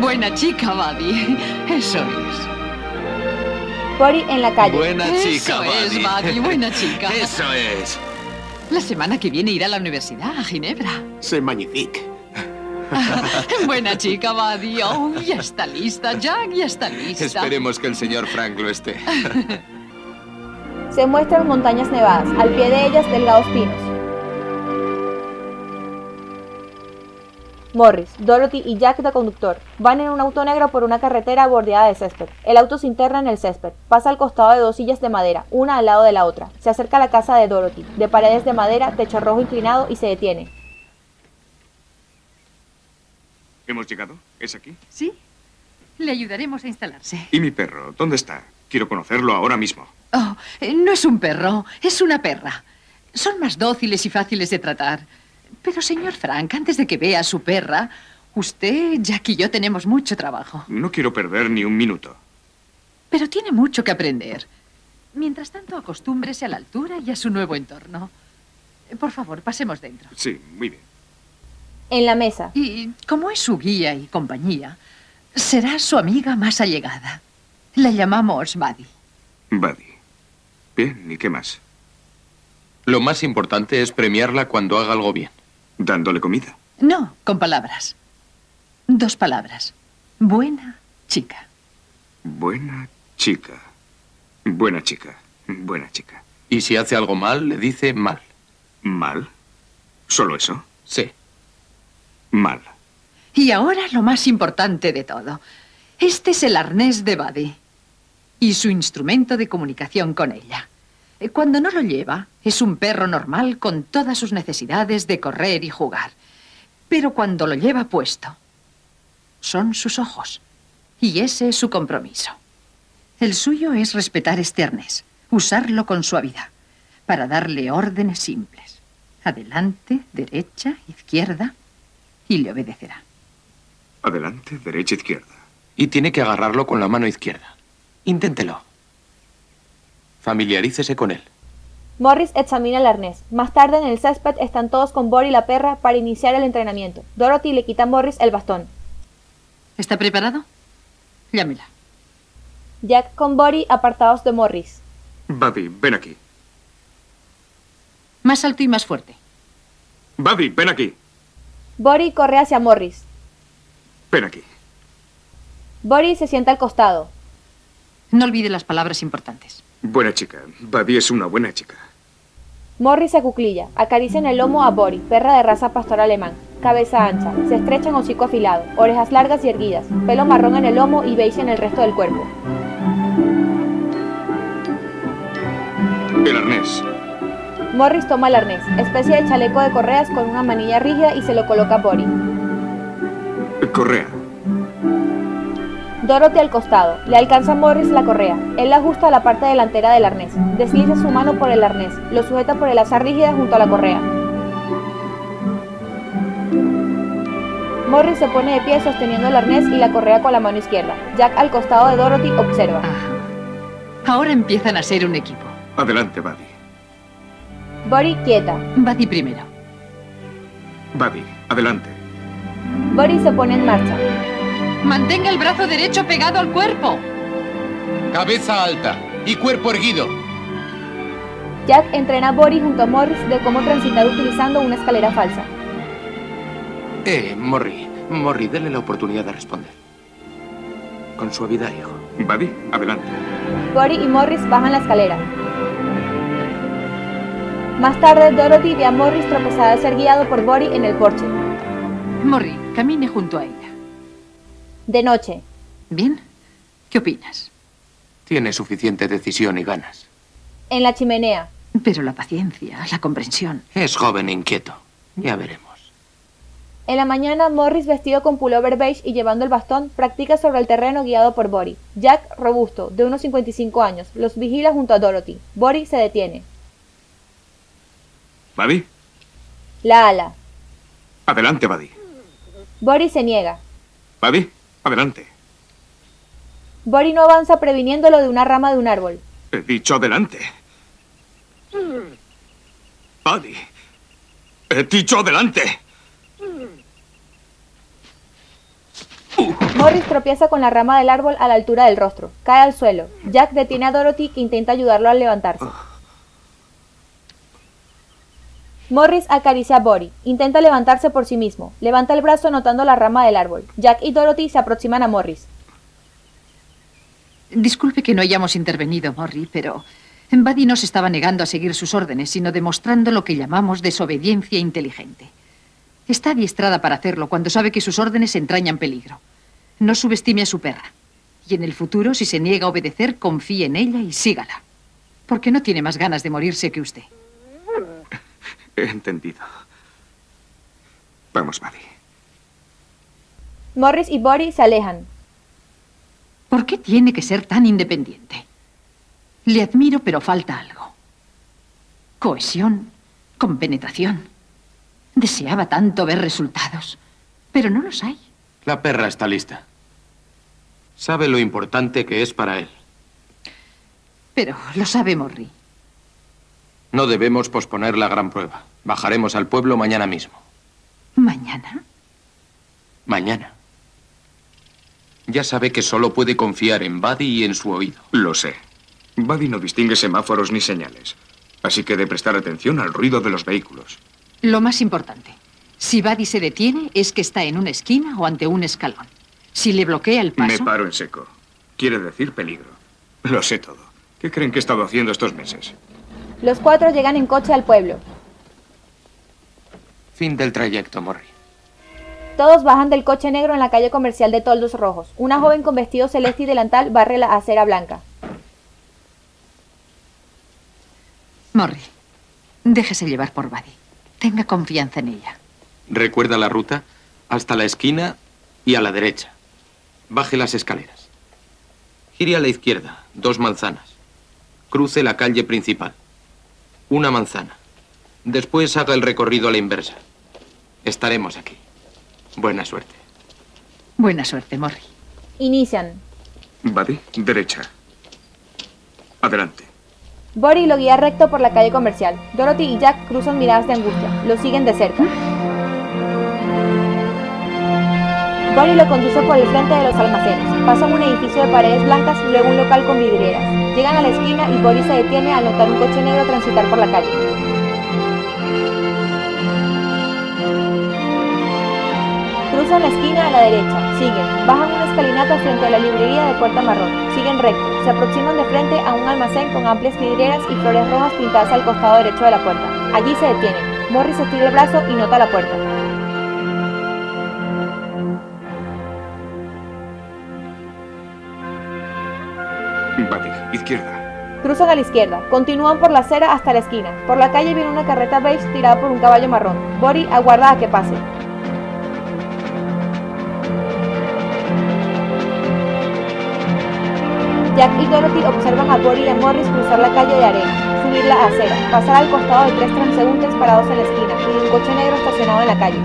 [SPEAKER 3] Buena chica, Buddy. Eso es.
[SPEAKER 4] Pori en la calle.
[SPEAKER 13] Buena chica,
[SPEAKER 3] Eso es,
[SPEAKER 13] Buddy.
[SPEAKER 3] Buddy, buena chica.
[SPEAKER 13] Eso es.
[SPEAKER 3] La semana que viene irá a la universidad, a Ginebra.
[SPEAKER 13] Se magnifique.
[SPEAKER 3] buena chica, Buddy. Oh, ya está lista, Jack, ya está lista.
[SPEAKER 13] Esperemos que el señor Frank lo esté.
[SPEAKER 4] Se muestran montañas nevadas, al pie de ellas delgados pinos. Morris, Dorothy y Jack de conductor van en un auto negro por una carretera bordeada de césped. El auto se interna en el césped, pasa al costado de dos sillas de madera, una al lado de la otra. Se acerca a la casa de Dorothy, de paredes de madera, techo rojo inclinado y se detiene.
[SPEAKER 7] ¿Hemos llegado? ¿Es aquí?
[SPEAKER 3] Sí. Le ayudaremos a instalarse.
[SPEAKER 7] ¿Y mi perro? ¿Dónde está? Quiero conocerlo ahora mismo.
[SPEAKER 3] Oh, eh, no es un perro, es una perra. Son más dóciles y fáciles de tratar. Pero, señor Frank, antes de que vea a su perra, usted, Jack y yo tenemos mucho trabajo.
[SPEAKER 7] No quiero perder ni un minuto.
[SPEAKER 3] Pero tiene mucho que aprender. Mientras tanto, acostúmbrese a la altura y a su nuevo entorno. Eh, Por favor, pasemos dentro.
[SPEAKER 7] Sí, muy bien.
[SPEAKER 4] En la mesa.
[SPEAKER 3] Y como es su guía y compañía, será su amiga más allegada. La llamamos Buddy.
[SPEAKER 7] Buddy. Bien, ¿y qué más?
[SPEAKER 13] Lo más importante es premiarla cuando haga algo bien.
[SPEAKER 7] Dándole comida.
[SPEAKER 3] No, con palabras. Dos palabras. Buena chica.
[SPEAKER 7] Buena chica. Buena chica. Buena chica.
[SPEAKER 13] Y si hace algo mal, le dice mal.
[SPEAKER 7] ¿Mal? ¿Solo eso?
[SPEAKER 13] Sí.
[SPEAKER 7] Mal.
[SPEAKER 3] Y ahora lo más importante de todo. Este es el arnés de Buddy y su instrumento de comunicación con ella. Eh, Cuando no lo lleva, es un perro normal con todas sus necesidades de correr y jugar. Pero cuando lo lleva puesto, son sus ojos. Y ese es su compromiso. El suyo es respetar este arnés, usarlo con suavidad, para darle órdenes simples. Adelante, derecha, izquierda, y le obedecerá.
[SPEAKER 7] Adelante, derecha, izquierda.
[SPEAKER 13] Y tiene que agarrarlo con la mano izquierda. Inténtelo. Familiarícese con él.
[SPEAKER 4] Morris examina el arnés. Más tarde en el césped están todos con Bori y la perra para iniciar el entrenamiento. Dorothy le quita a Morris el bastón.
[SPEAKER 3] ¿Está preparado? Llámela.
[SPEAKER 4] Jack con Bori apartados de Morris.
[SPEAKER 7] Buddy, ven aquí.
[SPEAKER 3] Más alto y más fuerte.
[SPEAKER 7] Buddy, ven aquí.
[SPEAKER 4] Bori corre hacia Morris.
[SPEAKER 7] Ven aquí.
[SPEAKER 4] Bori se sienta al costado.
[SPEAKER 3] No olvide las palabras importantes.
[SPEAKER 7] Buena chica. Buddy es una buena chica.
[SPEAKER 4] Morris se acuclilla, acaricia en el lomo a Bori, perra de raza pastor alemán. Cabeza ancha, se estrecha en hocico afilado, orejas largas y erguidas, pelo marrón en el lomo y beige en el resto del cuerpo.
[SPEAKER 7] El arnés.
[SPEAKER 4] Morris toma el arnés, especie de chaleco de correas con una manilla rígida y se lo coloca a Bori.
[SPEAKER 7] Correa.
[SPEAKER 4] Dorothy al costado, le alcanza a Morris la correa. Él la ajusta a la parte delantera del arnés, desliza su mano por el arnés, lo sujeta por el asa rígida junto a la correa. Morris se pone de pie sosteniendo el arnés y la correa con la mano izquierda. Jack al costado de Dorothy observa.
[SPEAKER 3] Ah. Ahora empiezan a ser un equipo.
[SPEAKER 7] Adelante, Buddy.
[SPEAKER 4] Bori quieta.
[SPEAKER 3] Buddy primero.
[SPEAKER 7] Buddy, adelante.
[SPEAKER 4] Bori se pone en marcha.
[SPEAKER 3] Mantenga el brazo derecho pegado al cuerpo.
[SPEAKER 13] Cabeza alta y cuerpo erguido.
[SPEAKER 4] Jack entrena a Boris junto a Morris de cómo transitar utilizando una escalera falsa.
[SPEAKER 19] Eh, Morri, Morri, dele la oportunidad de responder. Con suavidad, hijo.
[SPEAKER 7] Buddy, adelante.
[SPEAKER 4] Cory y Morris bajan la escalera. Más tarde, Dorothy ve a Morris tropezada ser guiado por Bory en el porche.
[SPEAKER 3] Morri, camine junto a ella.
[SPEAKER 4] De noche.
[SPEAKER 3] ¿Bien? ¿Qué opinas?
[SPEAKER 19] Tiene suficiente decisión y ganas.
[SPEAKER 4] En la chimenea.
[SPEAKER 3] Pero la paciencia, la comprensión.
[SPEAKER 19] Es joven e inquieto. Ya veremos.
[SPEAKER 4] En la mañana, Morris, vestido con pullover beige y llevando el bastón, practica sobre el terreno guiado por Bory. Jack, robusto, de unos 55 años, los vigila junto a Dorothy. Bory se detiene.
[SPEAKER 7] ¿Buddy?
[SPEAKER 4] La ala.
[SPEAKER 7] Adelante, Buddy.
[SPEAKER 4] Bory se niega.
[SPEAKER 7] Buddy, adelante.
[SPEAKER 4] Bory no avanza previniéndolo de una rama de un árbol.
[SPEAKER 7] He dicho adelante. Buddy. He dicho adelante.
[SPEAKER 4] Morris tropieza con la rama del árbol a la altura del rostro. Cae al suelo. Jack detiene a Dorothy que intenta ayudarlo a levantarse. Morris acaricia a Bory. Intenta levantarse por sí mismo. Levanta el brazo notando la rama del árbol. Jack y Dorothy se aproximan a Morris.
[SPEAKER 3] Disculpe que no hayamos intervenido, Morri, pero Buddy no se estaba negando a seguir sus órdenes, sino demostrando lo que llamamos desobediencia inteligente. Está adiestrada para hacerlo cuando sabe que sus órdenes entrañan peligro. No subestime a su perra. Y en el futuro, si se niega a obedecer, confíe en ella y sígala. Porque no tiene más ganas de morirse que usted.
[SPEAKER 7] He entendido. Vamos, Buddy.
[SPEAKER 4] Morris y Bory se alejan.
[SPEAKER 3] ¿Por qué tiene que ser tan independiente? Le admiro, pero falta algo. Cohesión, compenetración. Deseaba tanto ver resultados, pero no los hay.
[SPEAKER 19] La perra está lista. Sabe lo importante que es para él.
[SPEAKER 3] Pero lo sabe Morri.
[SPEAKER 19] No debemos posponer la gran prueba. Bajaremos al pueblo mañana mismo.
[SPEAKER 3] ¿Mañana?
[SPEAKER 19] Mañana. Ya sabe que solo puede confiar en Buddy y en su oído.
[SPEAKER 7] Lo sé. Buddy no distingue semáforos ni señales. Así que de prestar atención al ruido de los vehículos.
[SPEAKER 3] Lo más importante, si Buddy se detiene es que está en una esquina o ante un escalón. Si le bloquea el paso...
[SPEAKER 7] Me paro en seco. Quiere decir peligro. Lo sé todo. ¿Qué creen que he estado haciendo estos meses?
[SPEAKER 4] Los cuatro llegan en coche al pueblo.
[SPEAKER 19] Fin del trayecto, Morri.
[SPEAKER 4] Todos bajan del coche negro en la calle comercial de Toldos Rojos. Una joven con vestido celeste y delantal barre la acera blanca.
[SPEAKER 3] Morri, déjese llevar por Buddy. Tenga confianza en ella.
[SPEAKER 19] Recuerda la ruta hasta la esquina y a la derecha. Baje las escaleras. Gire a la izquierda, dos manzanas. Cruce la calle principal. Una manzana. Después haga el recorrido a la inversa. Estaremos aquí. Buena suerte.
[SPEAKER 3] Buena suerte, Morri.
[SPEAKER 4] Inician.
[SPEAKER 7] Buddy, derecha. Adelante.
[SPEAKER 4] Bory lo guía recto por la calle comercial. Dorothy y Jack cruzan miradas de angustia. Lo siguen de cerca. Bory lo conduce por el frente de los almacenes. Pasan un edificio de paredes blancas, luego un local con vidrieras. Llegan a la esquina y Bory se detiene al notar un coche negro transitar por la calle. Cruzan la esquina a la derecha, siguen, bajan una escalinata frente a la librería de Puerta Marrón, siguen recto, se aproximan de frente a un almacén con amplias vidrieras y flores rojas pintadas al costado derecho de la puerta. Allí se detienen. Morris estira el brazo y nota la puerta.
[SPEAKER 7] Buddy, izquierda.
[SPEAKER 4] Cruzan a la izquierda, continúan por la acera hasta la esquina. Por la calle viene una carreta beige tirada por un caballo marrón. Bory aguarda a que pase. Jack y Dorothy observan a Bory de Morris cruzar la calle de arena, subir la acera, pasar al costado de tres transeúntes parados en la esquina y de un coche negro estacionado en la calle.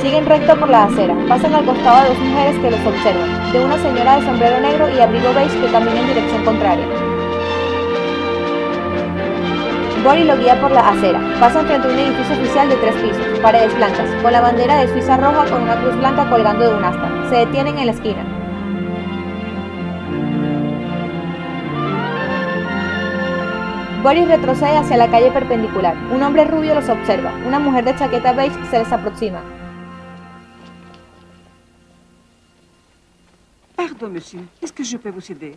[SPEAKER 4] Siguen recto por la acera, pasan al costado de dos mujeres que los observan, de una señora de sombrero negro y abrigo beige que camina en dirección contraria. Bory lo guía por la acera. Pasan frente a un edificio oficial de tres pisos, paredes blancas, con la bandera de Suiza roja con una cruz blanca colgando de un asta. Se detienen en la esquina. Boris retrocede hacia la calle perpendicular. Un hombre rubio los observa. Una mujer de chaqueta beige se les aproxima.
[SPEAKER 20] Pardon, monsieur. Est-ce que je peux vous aider?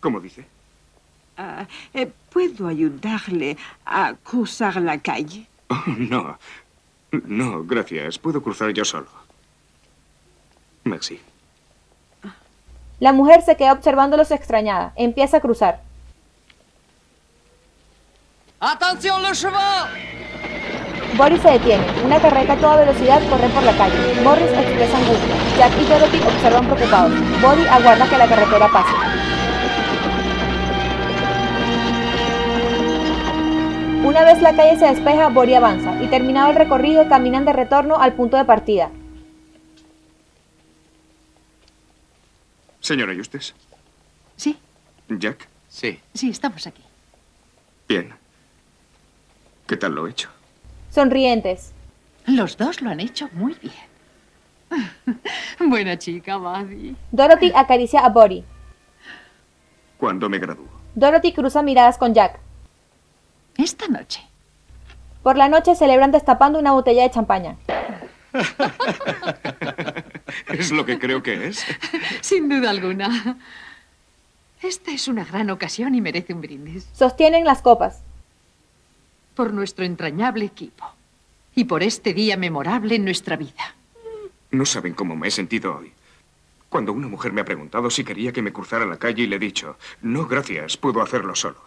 [SPEAKER 7] ¿Cómo dice?
[SPEAKER 20] Ah, eh, ¿Puedo ayudarle a cruzar la calle?
[SPEAKER 7] Oh, no. No, gracias. Puedo cruzar yo solo. Merci.
[SPEAKER 4] La mujer se queda observándolos extrañada. Empieza a cruzar.
[SPEAKER 21] Attention le cheval
[SPEAKER 4] Boris se detiene. Una carreta a toda velocidad corre por la calle. Morris expresa angustia. Jack y Dorothy observan preocupados. Body aguarda que la carretera pase. Una vez la calle se despeja, Body avanza y terminado el recorrido caminan de retorno al punto de partida.
[SPEAKER 7] Señora Justes.
[SPEAKER 3] Sí.
[SPEAKER 7] Jack.
[SPEAKER 19] Sí.
[SPEAKER 3] Sí, estamos aquí.
[SPEAKER 7] Bien. ¿Qué tal lo he hecho?
[SPEAKER 4] Sonrientes.
[SPEAKER 3] Los dos lo han hecho muy bien. Buena chica, Buddy.
[SPEAKER 4] Dorothy acaricia a Body.
[SPEAKER 7] Cuando me gradúo.
[SPEAKER 4] Dorothy cruza miradas con Jack.
[SPEAKER 3] Esta noche.
[SPEAKER 4] Por la noche celebran destapando una botella de champaña.
[SPEAKER 7] ¿Es lo que creo que es?
[SPEAKER 3] Sin duda alguna. Esta es una gran ocasión y merece un brindis.
[SPEAKER 4] Sostienen las copas.
[SPEAKER 3] Por nuestro entrañable equipo. Y por este día memorable en nuestra vida.
[SPEAKER 7] No saben cómo me he sentido hoy. Cuando una mujer me ha preguntado si quería que me cruzara la calle y le he dicho, no, gracias, puedo hacerlo solo.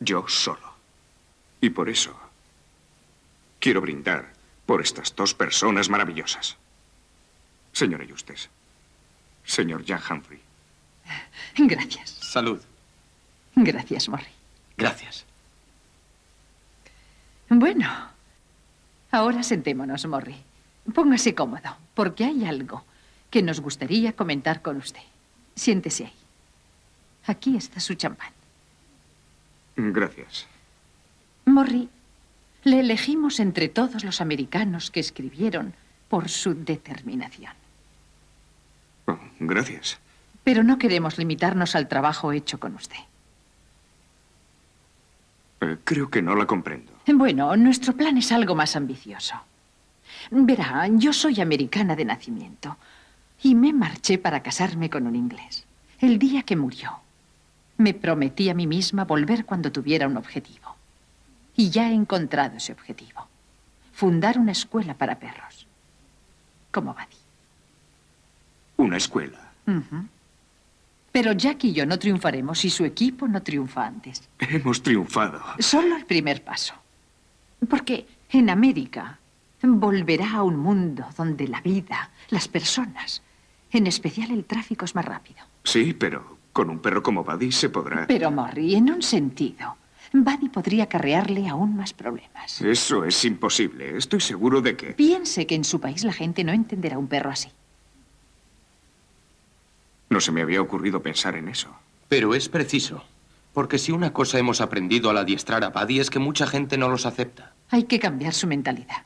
[SPEAKER 7] Yo solo. Y por eso quiero brindar por estas dos personas maravillosas. Señora Justes. Señor Jack Humphrey.
[SPEAKER 3] Gracias.
[SPEAKER 19] Salud.
[SPEAKER 3] Gracias, Morrie.
[SPEAKER 19] Gracias.
[SPEAKER 3] Bueno, ahora sentémonos, Morrie. Póngase cómodo, porque hay algo que nos gustaría comentar con usted. Siéntese ahí. Aquí está su champán.
[SPEAKER 7] Gracias.
[SPEAKER 3] Morrie, le elegimos entre todos los americanos que escribieron por su determinación.
[SPEAKER 7] Oh, gracias.
[SPEAKER 3] Pero no queremos limitarnos al trabajo hecho con usted.
[SPEAKER 7] Eh, creo que no la comprendo.
[SPEAKER 3] Bueno, nuestro plan es algo más ambicioso. Verá, yo soy americana de nacimiento y me marché para casarme con un inglés. El día que murió, me prometí a mí misma volver cuando tuviera un objetivo. Y ya he encontrado ese objetivo. Fundar una escuela para perros. Como Buddy.
[SPEAKER 7] Una escuela.
[SPEAKER 3] Ujú. Pero Jack y yo no triunfaremos si su equipo no triunfa antes.
[SPEAKER 7] Hemos triunfado.
[SPEAKER 3] Solo el primer paso. Porque en América volverá a un mundo donde la vida, las personas, en especial el tráfico es más rápido.
[SPEAKER 7] Sí, pero con un perro como Buddy se podrá...
[SPEAKER 3] Pero, Morrie, en un sentido, Buddy podría acarrearle aún más problemas.
[SPEAKER 7] Eso es imposible. Estoy seguro de que...
[SPEAKER 3] Piense que en su país la gente no entenderá un perro así.
[SPEAKER 7] No se me había ocurrido pensar en eso.
[SPEAKER 19] Pero es preciso. Porque si una cosa hemos aprendido al adiestrar a Buddy es que mucha gente no los acepta.
[SPEAKER 3] Hay que cambiar su mentalidad.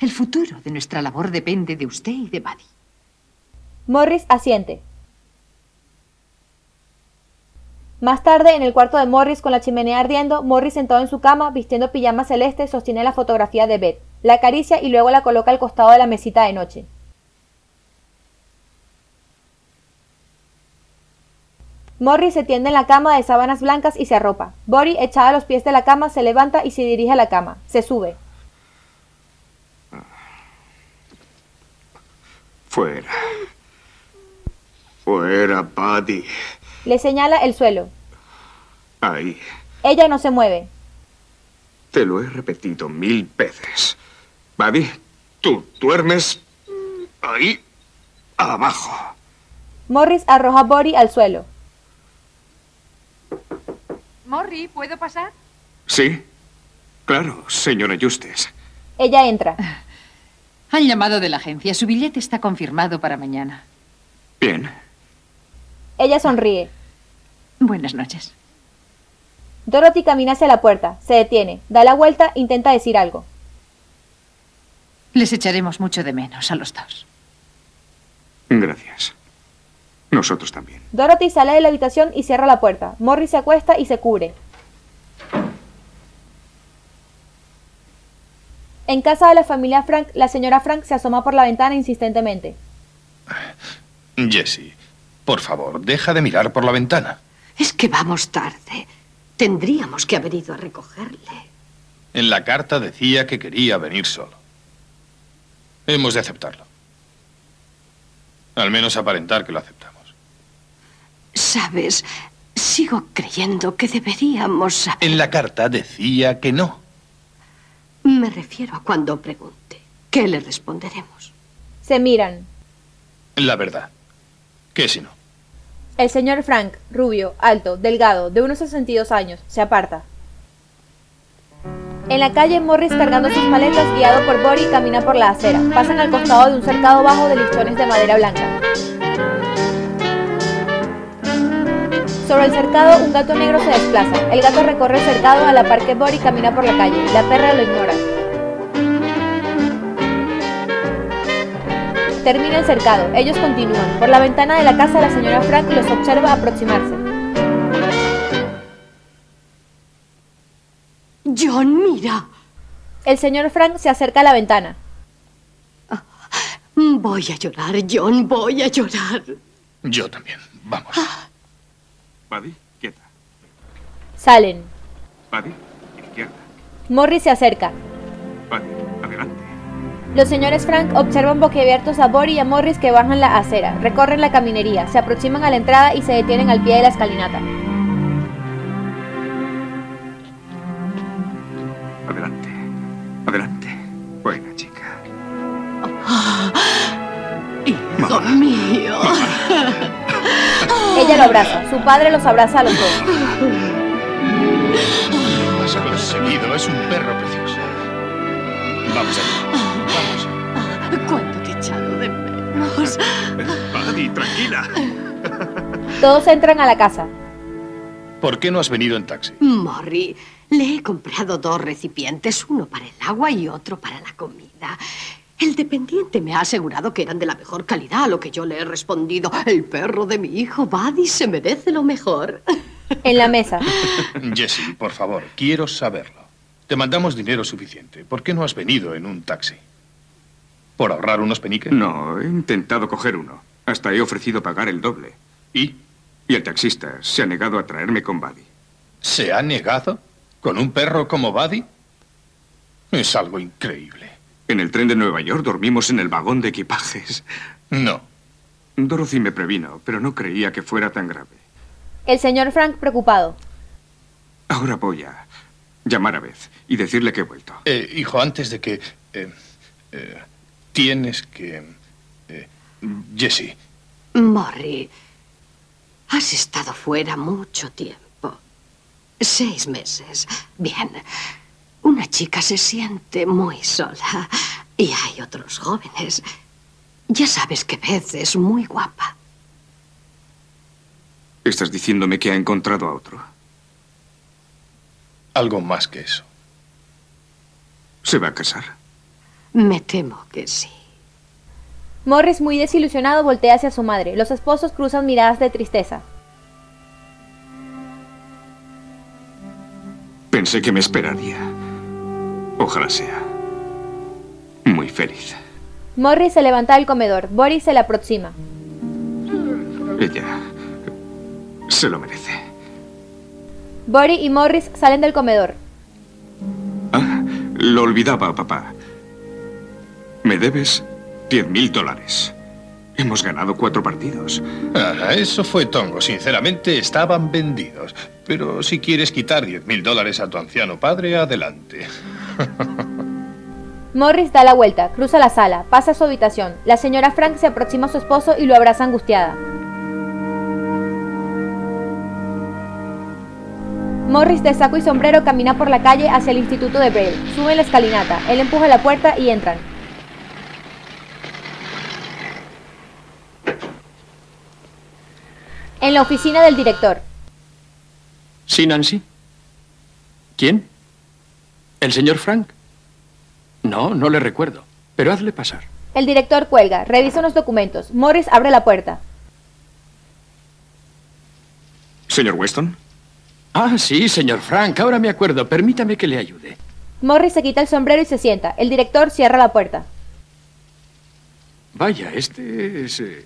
[SPEAKER 3] El futuro de nuestra labor depende de usted y de Buddy.
[SPEAKER 4] Morris asiente. Más tarde, en el cuarto de Morris con la chimenea ardiendo, Morris sentado en su cama, vistiendo pijama celeste, sostiene la fotografía de Beth, la acaricia y luego la coloca al costado de la mesita de noche. Morris se tiende en la cama de sábanas blancas y se arropa. Bori, echada a los pies de la cama, se levanta y se dirige a la cama. Se sube.
[SPEAKER 7] Fuera. Fuera, Buddy.
[SPEAKER 4] Le señala el suelo.
[SPEAKER 7] Ahí.
[SPEAKER 4] Ella no se mueve.
[SPEAKER 7] Te lo he repetido mil veces. Buddy, tú duermes ahí abajo.
[SPEAKER 4] Morris arroja a Bori al suelo.
[SPEAKER 22] Morrie, ¿puedo pasar?
[SPEAKER 7] Sí. Claro, señora Justes.
[SPEAKER 4] Ella entra.
[SPEAKER 3] Han llamado de la agencia. Su billete está confirmado para mañana.
[SPEAKER 7] Bien.
[SPEAKER 4] Ella sonríe.
[SPEAKER 3] Buenas noches.
[SPEAKER 4] Dorothy camina hacia la puerta, se detiene, da la vuelta, intenta decir algo.
[SPEAKER 3] Les echaremos mucho de menos a los dos.
[SPEAKER 7] Gracias. Nosotros también.
[SPEAKER 4] Dorothy sale de la habitación y cierra la puerta. Morris se acuesta y se cubre. En casa de la familia Frank, la señora Frank se asoma por la ventana insistentemente.
[SPEAKER 8] Jesse, por favor, deja de mirar por la ventana.
[SPEAKER 6] Es que vamos tarde. Tendríamos que haber ido a recogerle.
[SPEAKER 8] En la carta decía que quería venir solo. Hemos de aceptarlo. Al menos aparentar que lo aceptamos.
[SPEAKER 6] Sabes, sigo creyendo que deberíamos saber.
[SPEAKER 8] En la carta decía que no.
[SPEAKER 6] Me refiero a cuando pregunte. ¿Qué le responderemos?
[SPEAKER 4] Se miran.
[SPEAKER 8] La verdad. ¿Qué si no?
[SPEAKER 4] El señor Frank, rubio, alto, delgado, de unos 62 años, se aparta. En la calle, Morris cargando sus maletas, guiado por Bory, camina por la acera. Pasan al costado de un cercado bajo de listones de madera blanca. Sobre el cercado, un gato negro se desplaza. El gato recorre el cercado a la par que Bory camina por la calle. La perra lo ignora. Termina el cercado. Ellos continúan. Por la ventana de la casa, la señora Frank los observa aproximarse.
[SPEAKER 6] John, mira.
[SPEAKER 4] El señor Frank se acerca a la ventana.
[SPEAKER 6] Voy a llorar, John, voy a llorar.
[SPEAKER 8] Yo también. Vamos.
[SPEAKER 7] Buddy, quieta.
[SPEAKER 4] Salen.
[SPEAKER 7] Buddy, izquierda.
[SPEAKER 4] Morris se acerca.
[SPEAKER 7] Buddy, adelante.
[SPEAKER 4] Los señores Frank observan boquiabiertos a Bory y a Morris que bajan la acera, recorren la caminería, se aproximan a la entrada y se detienen al pie de la escalinata.
[SPEAKER 7] Adelante. Adelante. Buena chica.
[SPEAKER 6] Hijo mío.
[SPEAKER 4] Ella lo abraza, su padre los abraza a los dos.
[SPEAKER 8] Lo has conseguido. Es un perro precioso. Vamos allá.
[SPEAKER 6] ¿Cuánto te he echado de menos?
[SPEAKER 7] Buddy, tranquila.
[SPEAKER 4] Todos entran a la casa.
[SPEAKER 8] ¿Por qué no has venido en taxi?
[SPEAKER 6] Morrie, le he comprado dos recipientes, uno para el agua y otro para la comida. El dependiente me ha asegurado que eran de la mejor calidad, a lo que yo le he respondido. El perro de mi hijo, Buddy, se merece lo mejor.
[SPEAKER 4] En la mesa.
[SPEAKER 8] Jesse, por favor, quiero saberlo. Te mandamos dinero suficiente. ¿Por qué no has venido en un taxi? ¿Por ahorrar unos peniques?
[SPEAKER 7] No, he intentado coger uno. Hasta he ofrecido pagar el doble.
[SPEAKER 8] ¿Y?
[SPEAKER 7] Y el taxista se ha negado a traerme con Buddy.
[SPEAKER 8] ¿Se ha negado? ¿Con un perro como Buddy? Es algo increíble.
[SPEAKER 7] En el tren de Nueva York dormimos en el vagón de equipajes.
[SPEAKER 8] No.
[SPEAKER 7] Dorothy me previno, pero no creía que fuera tan grave.
[SPEAKER 4] El señor Frank preocupado.
[SPEAKER 7] Ahora voy a llamar a Beth y decirle que he vuelto.
[SPEAKER 8] Eh, hijo, antes de que... eh, eh, tienes que... eh, Jesse,
[SPEAKER 6] Morrie, has estado fuera mucho tiempo. Seis meses. Bien. Una chica se siente muy sola. Y hay otros jóvenes. Ya sabes que Beth es muy guapa.
[SPEAKER 7] Estás diciéndome que ha encontrado a otro.
[SPEAKER 8] algo más que eso.
[SPEAKER 7] ¿Se va a casar?
[SPEAKER 6] Me temo que sí.
[SPEAKER 4] Morris, muy desilusionado, voltea hacia su madre. Los esposos cruzan miradas de tristeza.
[SPEAKER 7] Pensé que me esperaría. Ojalá sea. Muy feliz.
[SPEAKER 4] Morris se levanta del comedor. Boris se le aproxima.
[SPEAKER 7] Ella se lo merece.
[SPEAKER 4] Boris y Morris salen del comedor.
[SPEAKER 7] Lo olvidaba, papá. Me debes 10.000 mil dólares. Hemos ganado cuatro partidos.
[SPEAKER 8] Ah, eso fue tongo. Sinceramente, estaban vendidos. Pero si quieres quitar 10.000 dólares a tu anciano padre, adelante.
[SPEAKER 4] Morris da la vuelta, cruza la sala, pasa a su habitación. La señora Frank se aproxima a su esposo y lo abraza angustiada. Morris de saco y sombrero camina por la calle hacia el instituto de Braille. Sube la escalinata, él empuja la puerta y entran. En la oficina del director.
[SPEAKER 15] ¿Sí, Nancy? ¿Quién? ¿El señor Frank? No, no le recuerdo. Pero hazle pasar.
[SPEAKER 4] El director cuelga, revisa unos documentos. Morris abre la puerta.
[SPEAKER 7] Señor Weston.
[SPEAKER 15] Ah, sí, señor Frank, ahora me acuerdo. Permítame que le ayude.
[SPEAKER 4] Morris se quita el sombrero y se sienta. El director cierra la puerta.
[SPEAKER 15] Vaya, este es eh,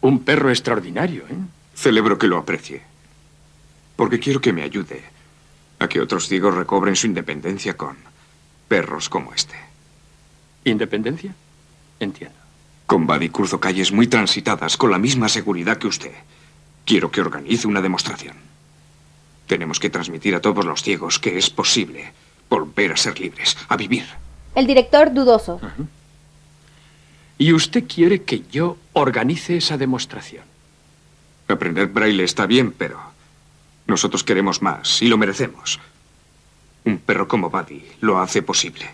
[SPEAKER 15] un perro extraordinario, ¿eh?
[SPEAKER 7] Celebro que lo aprecie. Porque quiero que me ayude a que otros ciegos recobren su independencia con perros como este.
[SPEAKER 15] ¿Independencia? Entiendo.
[SPEAKER 7] Con Buddy cruzo calles muy transitadas con la misma seguridad que usted. Quiero que organice una demostración. Tenemos que transmitir a todos los ciegos que es posible volver a ser libres, a vivir.
[SPEAKER 4] El director dudoso.
[SPEAKER 15] Y usted quiere que yo organice esa demostración.
[SPEAKER 7] Aprender braille está bien, pero nosotros queremos más y lo merecemos. Un perro como Buddy lo hace posible.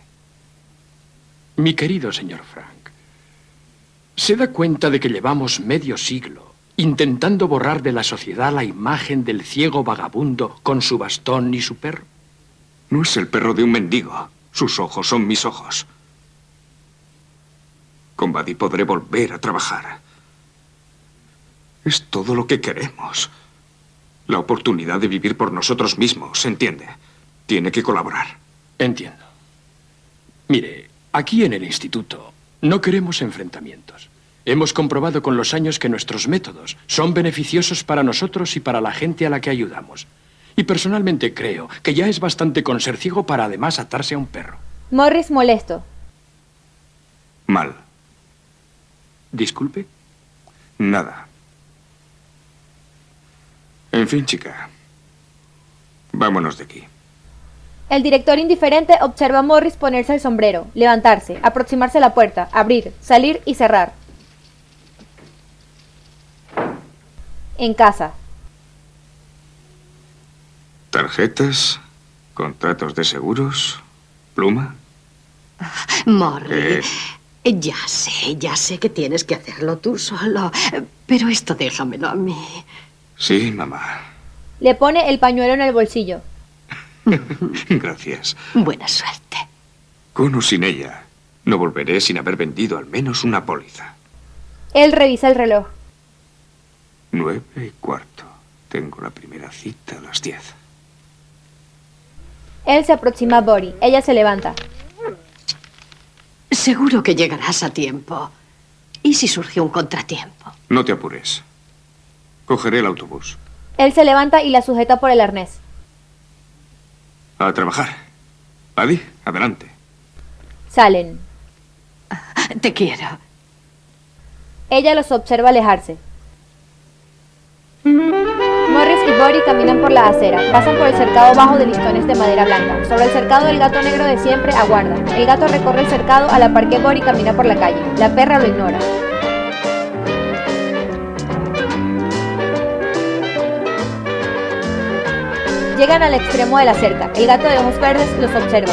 [SPEAKER 15] Mi querido señor Frank, ¿se da cuenta de que llevamos medio siglo intentando borrar de la sociedad la imagen del ciego vagabundo con su bastón y su perro?
[SPEAKER 7] No es el perro de un mendigo. Sus ojos son mis ojos. Con Buddy podré volver a trabajar. Es todo lo que queremos. La oportunidad de vivir por nosotros mismos, ¿se entiende? Tiene que colaborar.
[SPEAKER 15] Entiendo. Mire, aquí en el instituto no queremos enfrentamientos. Hemos comprobado con los años que nuestros métodos son beneficiosos para nosotros y para la gente a la que ayudamos. Y personalmente creo que ya es bastante con ser ciego para además atarse a un perro.
[SPEAKER 4] Morris molesto.
[SPEAKER 7] Mal.
[SPEAKER 15] Disculpe.
[SPEAKER 7] Nada. En fin, chica. Vámonos de aquí.
[SPEAKER 4] El director indiferente observa a Morris ponerse el sombrero, levantarse, aproximarse a la puerta, abrir, salir y cerrar. En casa.
[SPEAKER 7] Tarjetas, contratos de seguros, pluma.
[SPEAKER 6] Morrie,
[SPEAKER 7] Eh,
[SPEAKER 6] ya sé, ya sé que tienes que hacerlo tú solo, pero esto déjamelo a mí.
[SPEAKER 7] sí, mamá.
[SPEAKER 4] Le pone el pañuelo en el bolsillo.
[SPEAKER 7] Gracias.
[SPEAKER 6] Buena suerte.
[SPEAKER 7] Con o sin ella, no volveré sin haber vendido al menos una póliza.
[SPEAKER 4] Él revisa el reloj.
[SPEAKER 7] Nueve y cuarto. Tengo la primera cita a las diez.
[SPEAKER 4] Él se aproxima a Bori. Ella se levanta.
[SPEAKER 6] Seguro que llegarás a tiempo. ¿Y si surge un contratiempo?
[SPEAKER 7] No te apures. Cogeré el autobús.
[SPEAKER 4] Él se levanta y la sujeta por el arnés.
[SPEAKER 7] A trabajar. Adi, adelante.
[SPEAKER 4] Salen.
[SPEAKER 6] Te quiero.
[SPEAKER 4] Ella los observa alejarse. Morris y Bori caminan por la acera, pasan por el cercado bajo de listones de madera blanca. Sobre el cercado el gato negro de siempre aguarda. El gato recorre el cercado a la par que Bori camina por la calle. La perra lo ignora. Llegan al extremo de la cerca. El gato de ojos verdes los observa.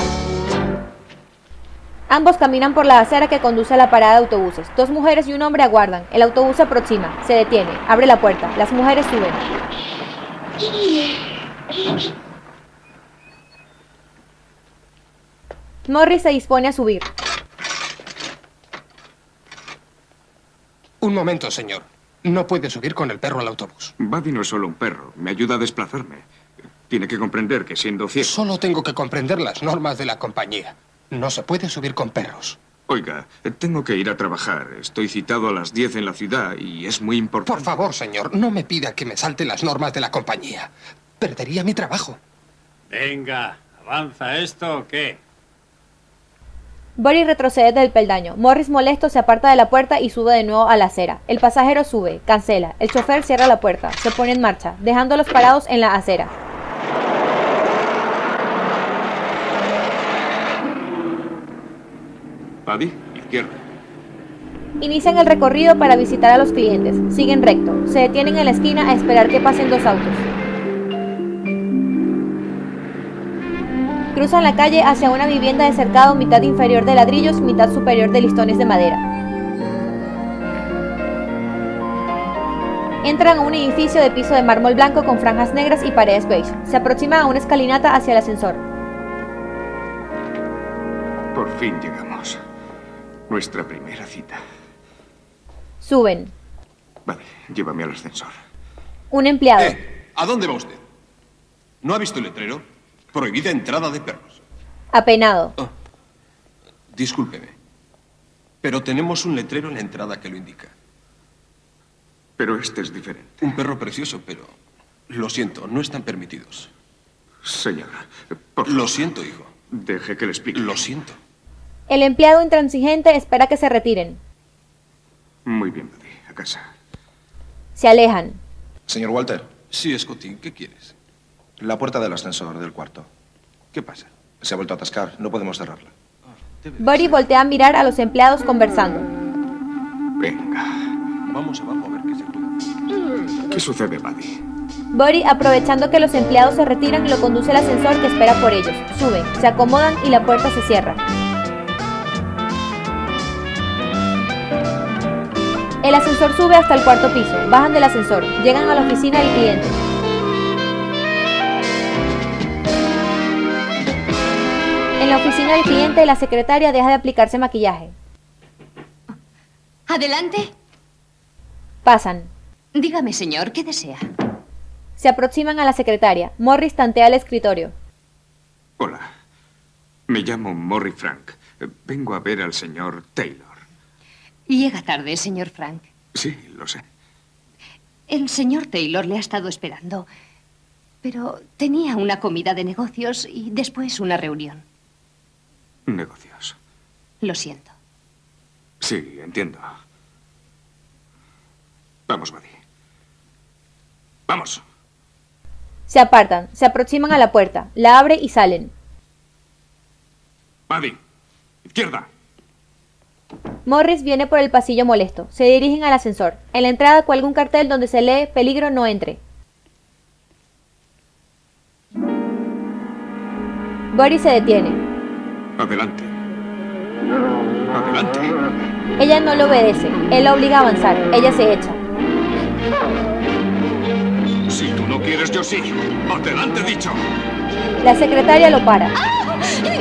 [SPEAKER 4] Ambos caminan por la acera que conduce a la parada de autobuses. Dos mujeres y un hombre aguardan. El autobús se aproxima, se detiene, abre la puerta. Las mujeres suben. Morris se dispone a subir.
[SPEAKER 2] Un momento, señor. No puede subir con el perro al autobús.
[SPEAKER 7] Buddy no es solo un perro. Me ayuda a desplazarme. Tiene que comprender que siendo ciego...
[SPEAKER 2] Solo tengo que comprender las normas de la compañía. No se puede subir con perros.
[SPEAKER 7] Oiga, tengo que ir a trabajar. Estoy citado a las 10 en la ciudad y es muy importante.
[SPEAKER 2] Por favor, señor, no me pida que me salte las normas de la compañía. Perdería mi trabajo.
[SPEAKER 10] Venga, ¿avanza esto o qué?
[SPEAKER 4] Boris retrocede del peldaño. Morris molesto se aparta de la puerta y sube de nuevo a la acera. El pasajero sube, cancela. El chofer cierra la puerta, se pone en marcha, dejándolos parados en la acera.
[SPEAKER 7] Buddy, izquierda.
[SPEAKER 4] Inician el recorrido para visitar a los clientes. Siguen recto. Se detienen en la esquina a esperar que pasen dos autos. Cruzan la calle hacia una vivienda de cercado mitad inferior de ladrillos, mitad superior de listones de madera. Entran a un edificio de piso de mármol blanco con franjas negras y paredes beige. Se aproximan a una escalinata hacia el ascensor.
[SPEAKER 7] Por fin llegamos. Nuestra primera cita.
[SPEAKER 4] Suben.
[SPEAKER 7] Vale, llévame al ascensor.
[SPEAKER 4] Un empleado.
[SPEAKER 16] ¿A dónde va usted? ¿No ha visto el letrero? Prohibida entrada de perros.
[SPEAKER 4] Apenado.
[SPEAKER 16] Discúlpeme. Pero tenemos un letrero en la entrada que lo indica.
[SPEAKER 7] Pero este es diferente.
[SPEAKER 16] Un perro precioso, pero... Lo siento, no están permitidos.
[SPEAKER 7] Señora,
[SPEAKER 16] Lo siento, hijo.
[SPEAKER 7] Deje que le explique.
[SPEAKER 16] Lo siento.
[SPEAKER 4] El empleado intransigente espera que se retiren.
[SPEAKER 7] Muy bien, Buddy. A casa.
[SPEAKER 4] Se alejan.
[SPEAKER 23] Señor Walter.
[SPEAKER 16] Sí, Scotty, ¿qué quieres?
[SPEAKER 23] La puerta del ascensor del cuarto.
[SPEAKER 16] ¿Qué pasa?
[SPEAKER 23] Se ha vuelto a atascar. No podemos cerrarla.
[SPEAKER 4] Buddy voltea a mirar a los empleados conversando.
[SPEAKER 7] Venga.
[SPEAKER 16] Vamos abajo a ver qué se
[SPEAKER 7] puede. ¿Qué sucede, Buddy?
[SPEAKER 4] Buddy, aprovechando que los empleados se retiran, lo conduce al ascensor que espera por ellos. Suben, se acomodan y la puerta se cierra. El ascensor sube hasta el cuarto piso, bajan del ascensor, llegan a la oficina del cliente. En la oficina del cliente, la secretaria deja de aplicarse maquillaje.
[SPEAKER 13] Adelante.
[SPEAKER 4] Pasan.
[SPEAKER 13] Dígame, señor, ¿qué desea?
[SPEAKER 4] Se aproximan a la secretaria. Morris tantea el escritorio.
[SPEAKER 7] Hola. Me llamo Morrie Frank. Eh, Vengo a ver al señor Taylor.
[SPEAKER 13] Llega tarde, señor Frank.
[SPEAKER 7] Sí, lo sé.
[SPEAKER 13] El señor Taylor le ha estado esperando, pero tenía una comida de negocios y después una reunión.
[SPEAKER 7] Negocios.
[SPEAKER 13] Lo siento.
[SPEAKER 7] Sí, entiendo. Vamos, Buddy. Vamos.
[SPEAKER 4] Se apartan, se aproximan a la puerta, la abre y salen.
[SPEAKER 7] Buddy. Izquierda.
[SPEAKER 4] Morris viene por el pasillo molesto. Se dirigen al ascensor. En la entrada cuelga un cartel donde se lee Peligro no entre. Boris se detiene.
[SPEAKER 7] Adelante. Adelante.
[SPEAKER 4] Ella no le obedece. Él la obliga a avanzar. Ella se echa.
[SPEAKER 7] Si tú no quieres, yo sí. Adelante, dicho.
[SPEAKER 4] La secretaria lo para.
[SPEAKER 13] ¡Ah!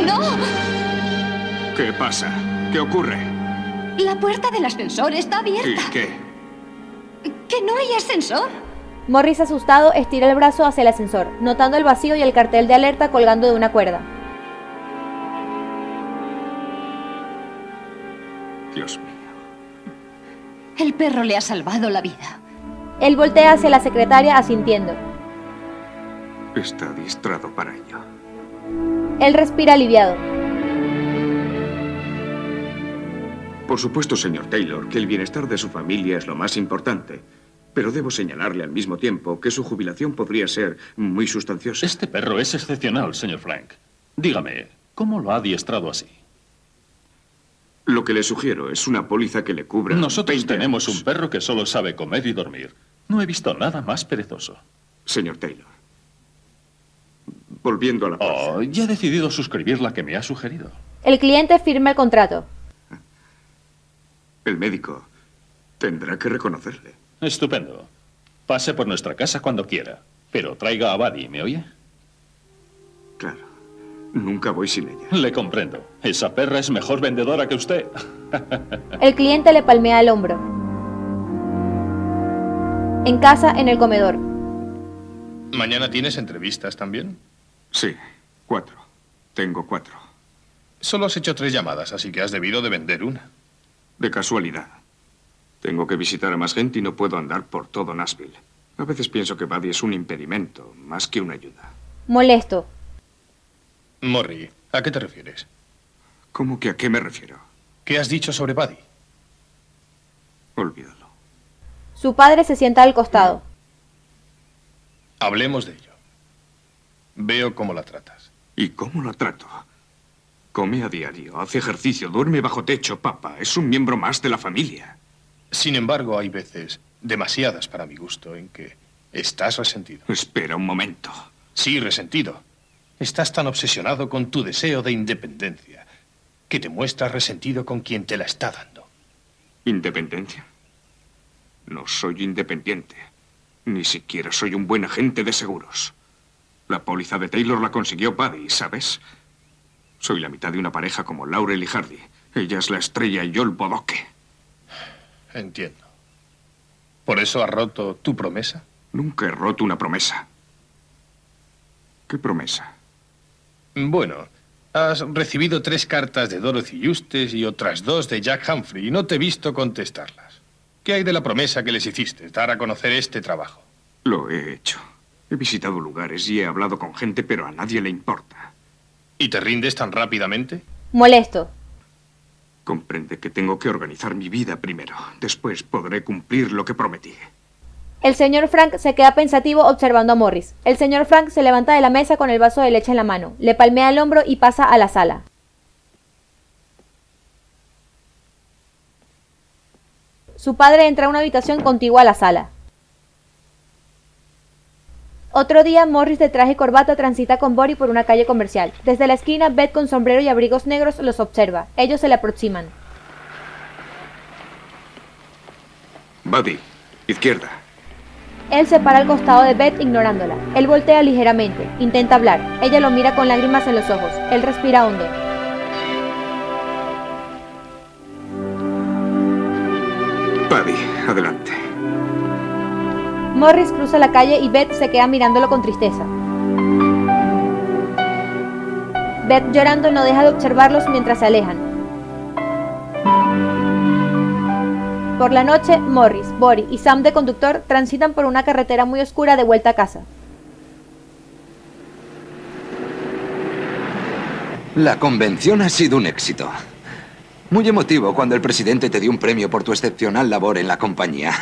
[SPEAKER 13] ¡No!
[SPEAKER 7] ¿Qué pasa? ¿Qué ocurre?
[SPEAKER 13] La puerta del ascensor está
[SPEAKER 7] ¿Y
[SPEAKER 13] abierta.
[SPEAKER 7] qué?
[SPEAKER 13] ¿Que no hay ascensor?
[SPEAKER 4] Morris asustado estira el brazo hacia el ascensor, notando el vacío y el cartel de alerta colgando de una cuerda.
[SPEAKER 7] Dios mío.
[SPEAKER 13] El perro le ha salvado la vida.
[SPEAKER 4] Él voltea hacia la secretaria asintiendo.
[SPEAKER 7] Está distrado para ello.
[SPEAKER 4] Él respira aliviado.
[SPEAKER 7] Por supuesto, señor Taylor, que el bienestar de su familia es lo más importante. Pero debo señalarle al mismo tiempo que su jubilación podría ser muy sustanciosa.
[SPEAKER 14] Este perro es excepcional, señor Frank. Dígame, ¿cómo lo ha adiestrado así?
[SPEAKER 7] Lo que le sugiero es una póliza que le cubra.
[SPEAKER 14] Nosotros tenemos un perro que solo sabe comer y dormir. No he visto nada más perezoso.
[SPEAKER 7] Señor Taylor. Volviendo a la
[SPEAKER 14] Oh, ya he decidido suscribir la que me ha sugerido.
[SPEAKER 4] El cliente firma el contrato.
[SPEAKER 7] El médico tendrá que reconocerle.
[SPEAKER 14] Estupendo. Pase por nuestra casa cuando quiera. Pero traiga a Buddy, ¿me oye?
[SPEAKER 7] Claro. Nunca voy sin ella.
[SPEAKER 14] Le comprendo. Esa perra es mejor vendedora que usted.
[SPEAKER 4] El cliente le palmea el hombro. En casa, en el comedor.
[SPEAKER 8] ¿Mañana tienes entrevistas también?
[SPEAKER 7] Sí, cuatro. Tengo cuatro.
[SPEAKER 8] Solo has hecho tres llamadas, así que has debido de vender una.
[SPEAKER 7] De casualidad. Tengo que visitar a más gente y no puedo andar por todo Nashville. A veces pienso que Buddy es un impedimento, más que una ayuda.
[SPEAKER 4] Molesto.
[SPEAKER 8] Morrie, ¿a qué te refieres?
[SPEAKER 7] ¿Cómo que a qué me refiero?
[SPEAKER 8] ¿Qué has dicho sobre Buddy?
[SPEAKER 7] Olvídalo.
[SPEAKER 4] Su padre se sienta al costado.
[SPEAKER 8] Hablemos de ello. Veo cómo la tratas.
[SPEAKER 7] ¿Y cómo la trato? Come a diario, hace ejercicio, duerme bajo techo, papá. Es un miembro más de la familia.
[SPEAKER 8] Sin embargo, hay veces, demasiadas para mi gusto, en que estás resentido.
[SPEAKER 7] Espera un momento.
[SPEAKER 8] Sí, resentido. Estás tan obsesionado con tu deseo de independencia que te muestras resentido con quien te la está dando.
[SPEAKER 7] ¿Independencia? No soy independiente. Ni siquiera soy un buen agente de seguros. La póliza de Taylor la consiguió Buddy, ¿sabes? Soy la mitad de una pareja como Laurel y Hardy. Ella es la estrella y yo el bodoque.
[SPEAKER 8] Entiendo. ¿Por eso has roto tu promesa?
[SPEAKER 7] Nunca he roto una promesa. ¿Qué promesa?
[SPEAKER 8] Bueno, has recibido tres cartas de Dorothy Eustace y otras dos de Jack Humphrey y no te he visto contestarlas. ¿Qué hay de la promesa que les hiciste? Dar a conocer este trabajo.
[SPEAKER 7] Lo he hecho. He visitado lugares y he hablado con gente, pero a nadie le importa.
[SPEAKER 8] ¿Y te rindes tan rápidamente?
[SPEAKER 4] Molesto.
[SPEAKER 7] Comprende que tengo que organizar mi vida primero. Después podré cumplir lo que prometí.
[SPEAKER 4] El señor Frank se queda pensativo observando a Morris. El señor Frank se levanta de la mesa con el vaso de leche en la mano, le palmea el hombro y pasa a la sala. Su padre entra a una habitación contigua a la sala. Otro día, Morris de traje y corbata transita con Bori por una calle comercial. Desde la esquina, Beth con sombrero y abrigos negros los observa. Ellos se le aproximan.
[SPEAKER 7] Buddy, izquierda.
[SPEAKER 4] Él se para al costado de Beth ignorándola. Él voltea ligeramente, intenta hablar. Ella lo mira con lágrimas en los ojos. Él respira hondo.
[SPEAKER 7] Buddy, adelante.
[SPEAKER 4] Morris cruza la calle y Beth se queda mirándolo con tristeza. Beth llorando no deja de observarlos mientras se alejan. Por la noche, Morris, Bori y Sam de conductor transitan por una carretera muy oscura de vuelta a casa.
[SPEAKER 19] La convención ha sido un éxito. Muy emotivo cuando el presidente te dio un premio por tu excepcional labor en la compañía.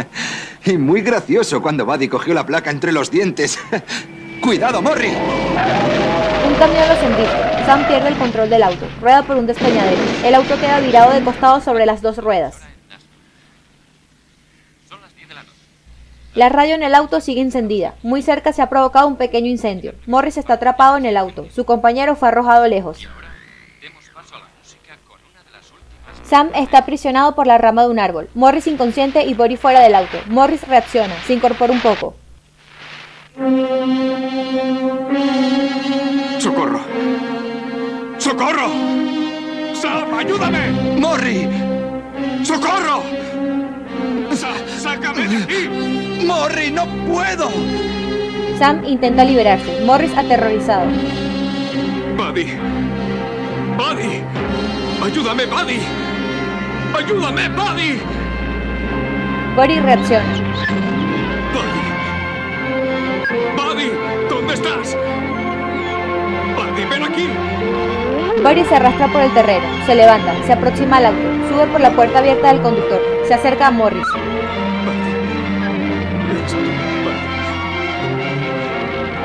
[SPEAKER 19] y muy gracioso cuando Buddy cogió la placa entre los dientes. ¡Cuidado, Morri!
[SPEAKER 4] Un camión los embiste. Sam pierde el control del auto, rueda por un despeñadero. El auto queda virado de costado sobre las dos ruedas. La radio en el auto sigue encendida. Muy cerca se ha provocado un pequeño incendio. Morris está atrapado en el auto. Su compañero fue arrojado lejos. Sam está aprisionado por la rama de un árbol. Morris inconsciente y Bori fuera del auto. Morris reacciona, se incorpora un poco.
[SPEAKER 7] ¡Socorro! ¡Socorro! ¡Sam, ayúdame! ¡Morri! ¡Socorro! ¡Sácame de aquí! ¡Morri, no puedo!
[SPEAKER 4] Sam intenta liberarse. Morris aterrorizado.
[SPEAKER 7] ¡Buddy! ¡Buddy! ¡Ayúdame, Buddy! ¡Ayúdame, Buddy!
[SPEAKER 4] Bori reacciona.
[SPEAKER 7] ¡Buddy! ¿Dónde estás? ¡Buddy, ven aquí!
[SPEAKER 4] Bori se arrastra por el terreno, se levanta, se aproxima al auto, sube por la puerta abierta del conductor, se acerca a Morris.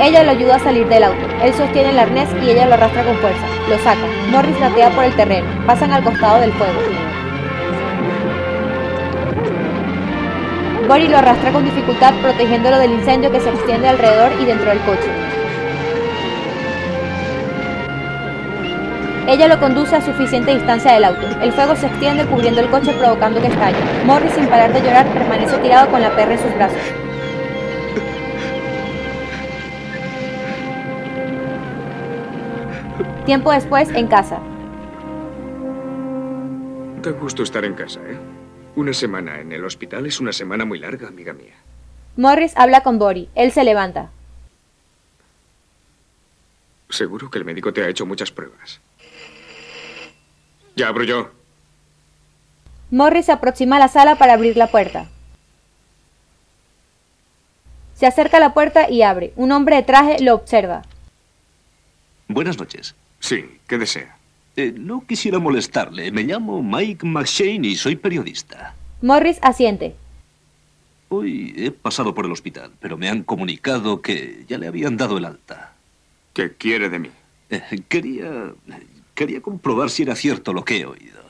[SPEAKER 4] Ella lo ayuda a salir del auto. Él sostiene el arnés y ella lo arrastra con fuerza. Lo saca. Morris gatea por el terreno. Pasan al costado del fuego. Bori lo arrastra con dificultad, protegiéndolo del incendio que se extiende alrededor y dentro del coche. Ella lo conduce a suficiente distancia del auto. El fuego se extiende cubriendo el coche provocando que estalle. Morris, sin parar de llorar, permanece tirado con la perra en sus brazos. Tiempo después, en casa.
[SPEAKER 7] Da gusto estar en casa, ¿eh? Una semana en el hospital es una semana muy larga, amiga mía.
[SPEAKER 4] Morris habla con Bori. Él se levanta.
[SPEAKER 7] Seguro que el médico te ha hecho muchas pruebas. Ya abro yo.
[SPEAKER 4] Morris se aproxima a la sala para abrir la puerta. Se acerca a la puerta y abre. Un hombre de traje lo observa.
[SPEAKER 14] Buenas noches.
[SPEAKER 7] Sí, ¿qué desea?
[SPEAKER 14] Eh, no quisiera molestarle. Me llamo Mike McShane y soy periodista.
[SPEAKER 4] Morris asiente.
[SPEAKER 14] Hoy he pasado por el hospital, pero me han comunicado que ya le habían dado el alta.
[SPEAKER 7] ¿Qué quiere de mí?
[SPEAKER 14] Eh, quería. Quería comprobar si era cierto lo que he oído.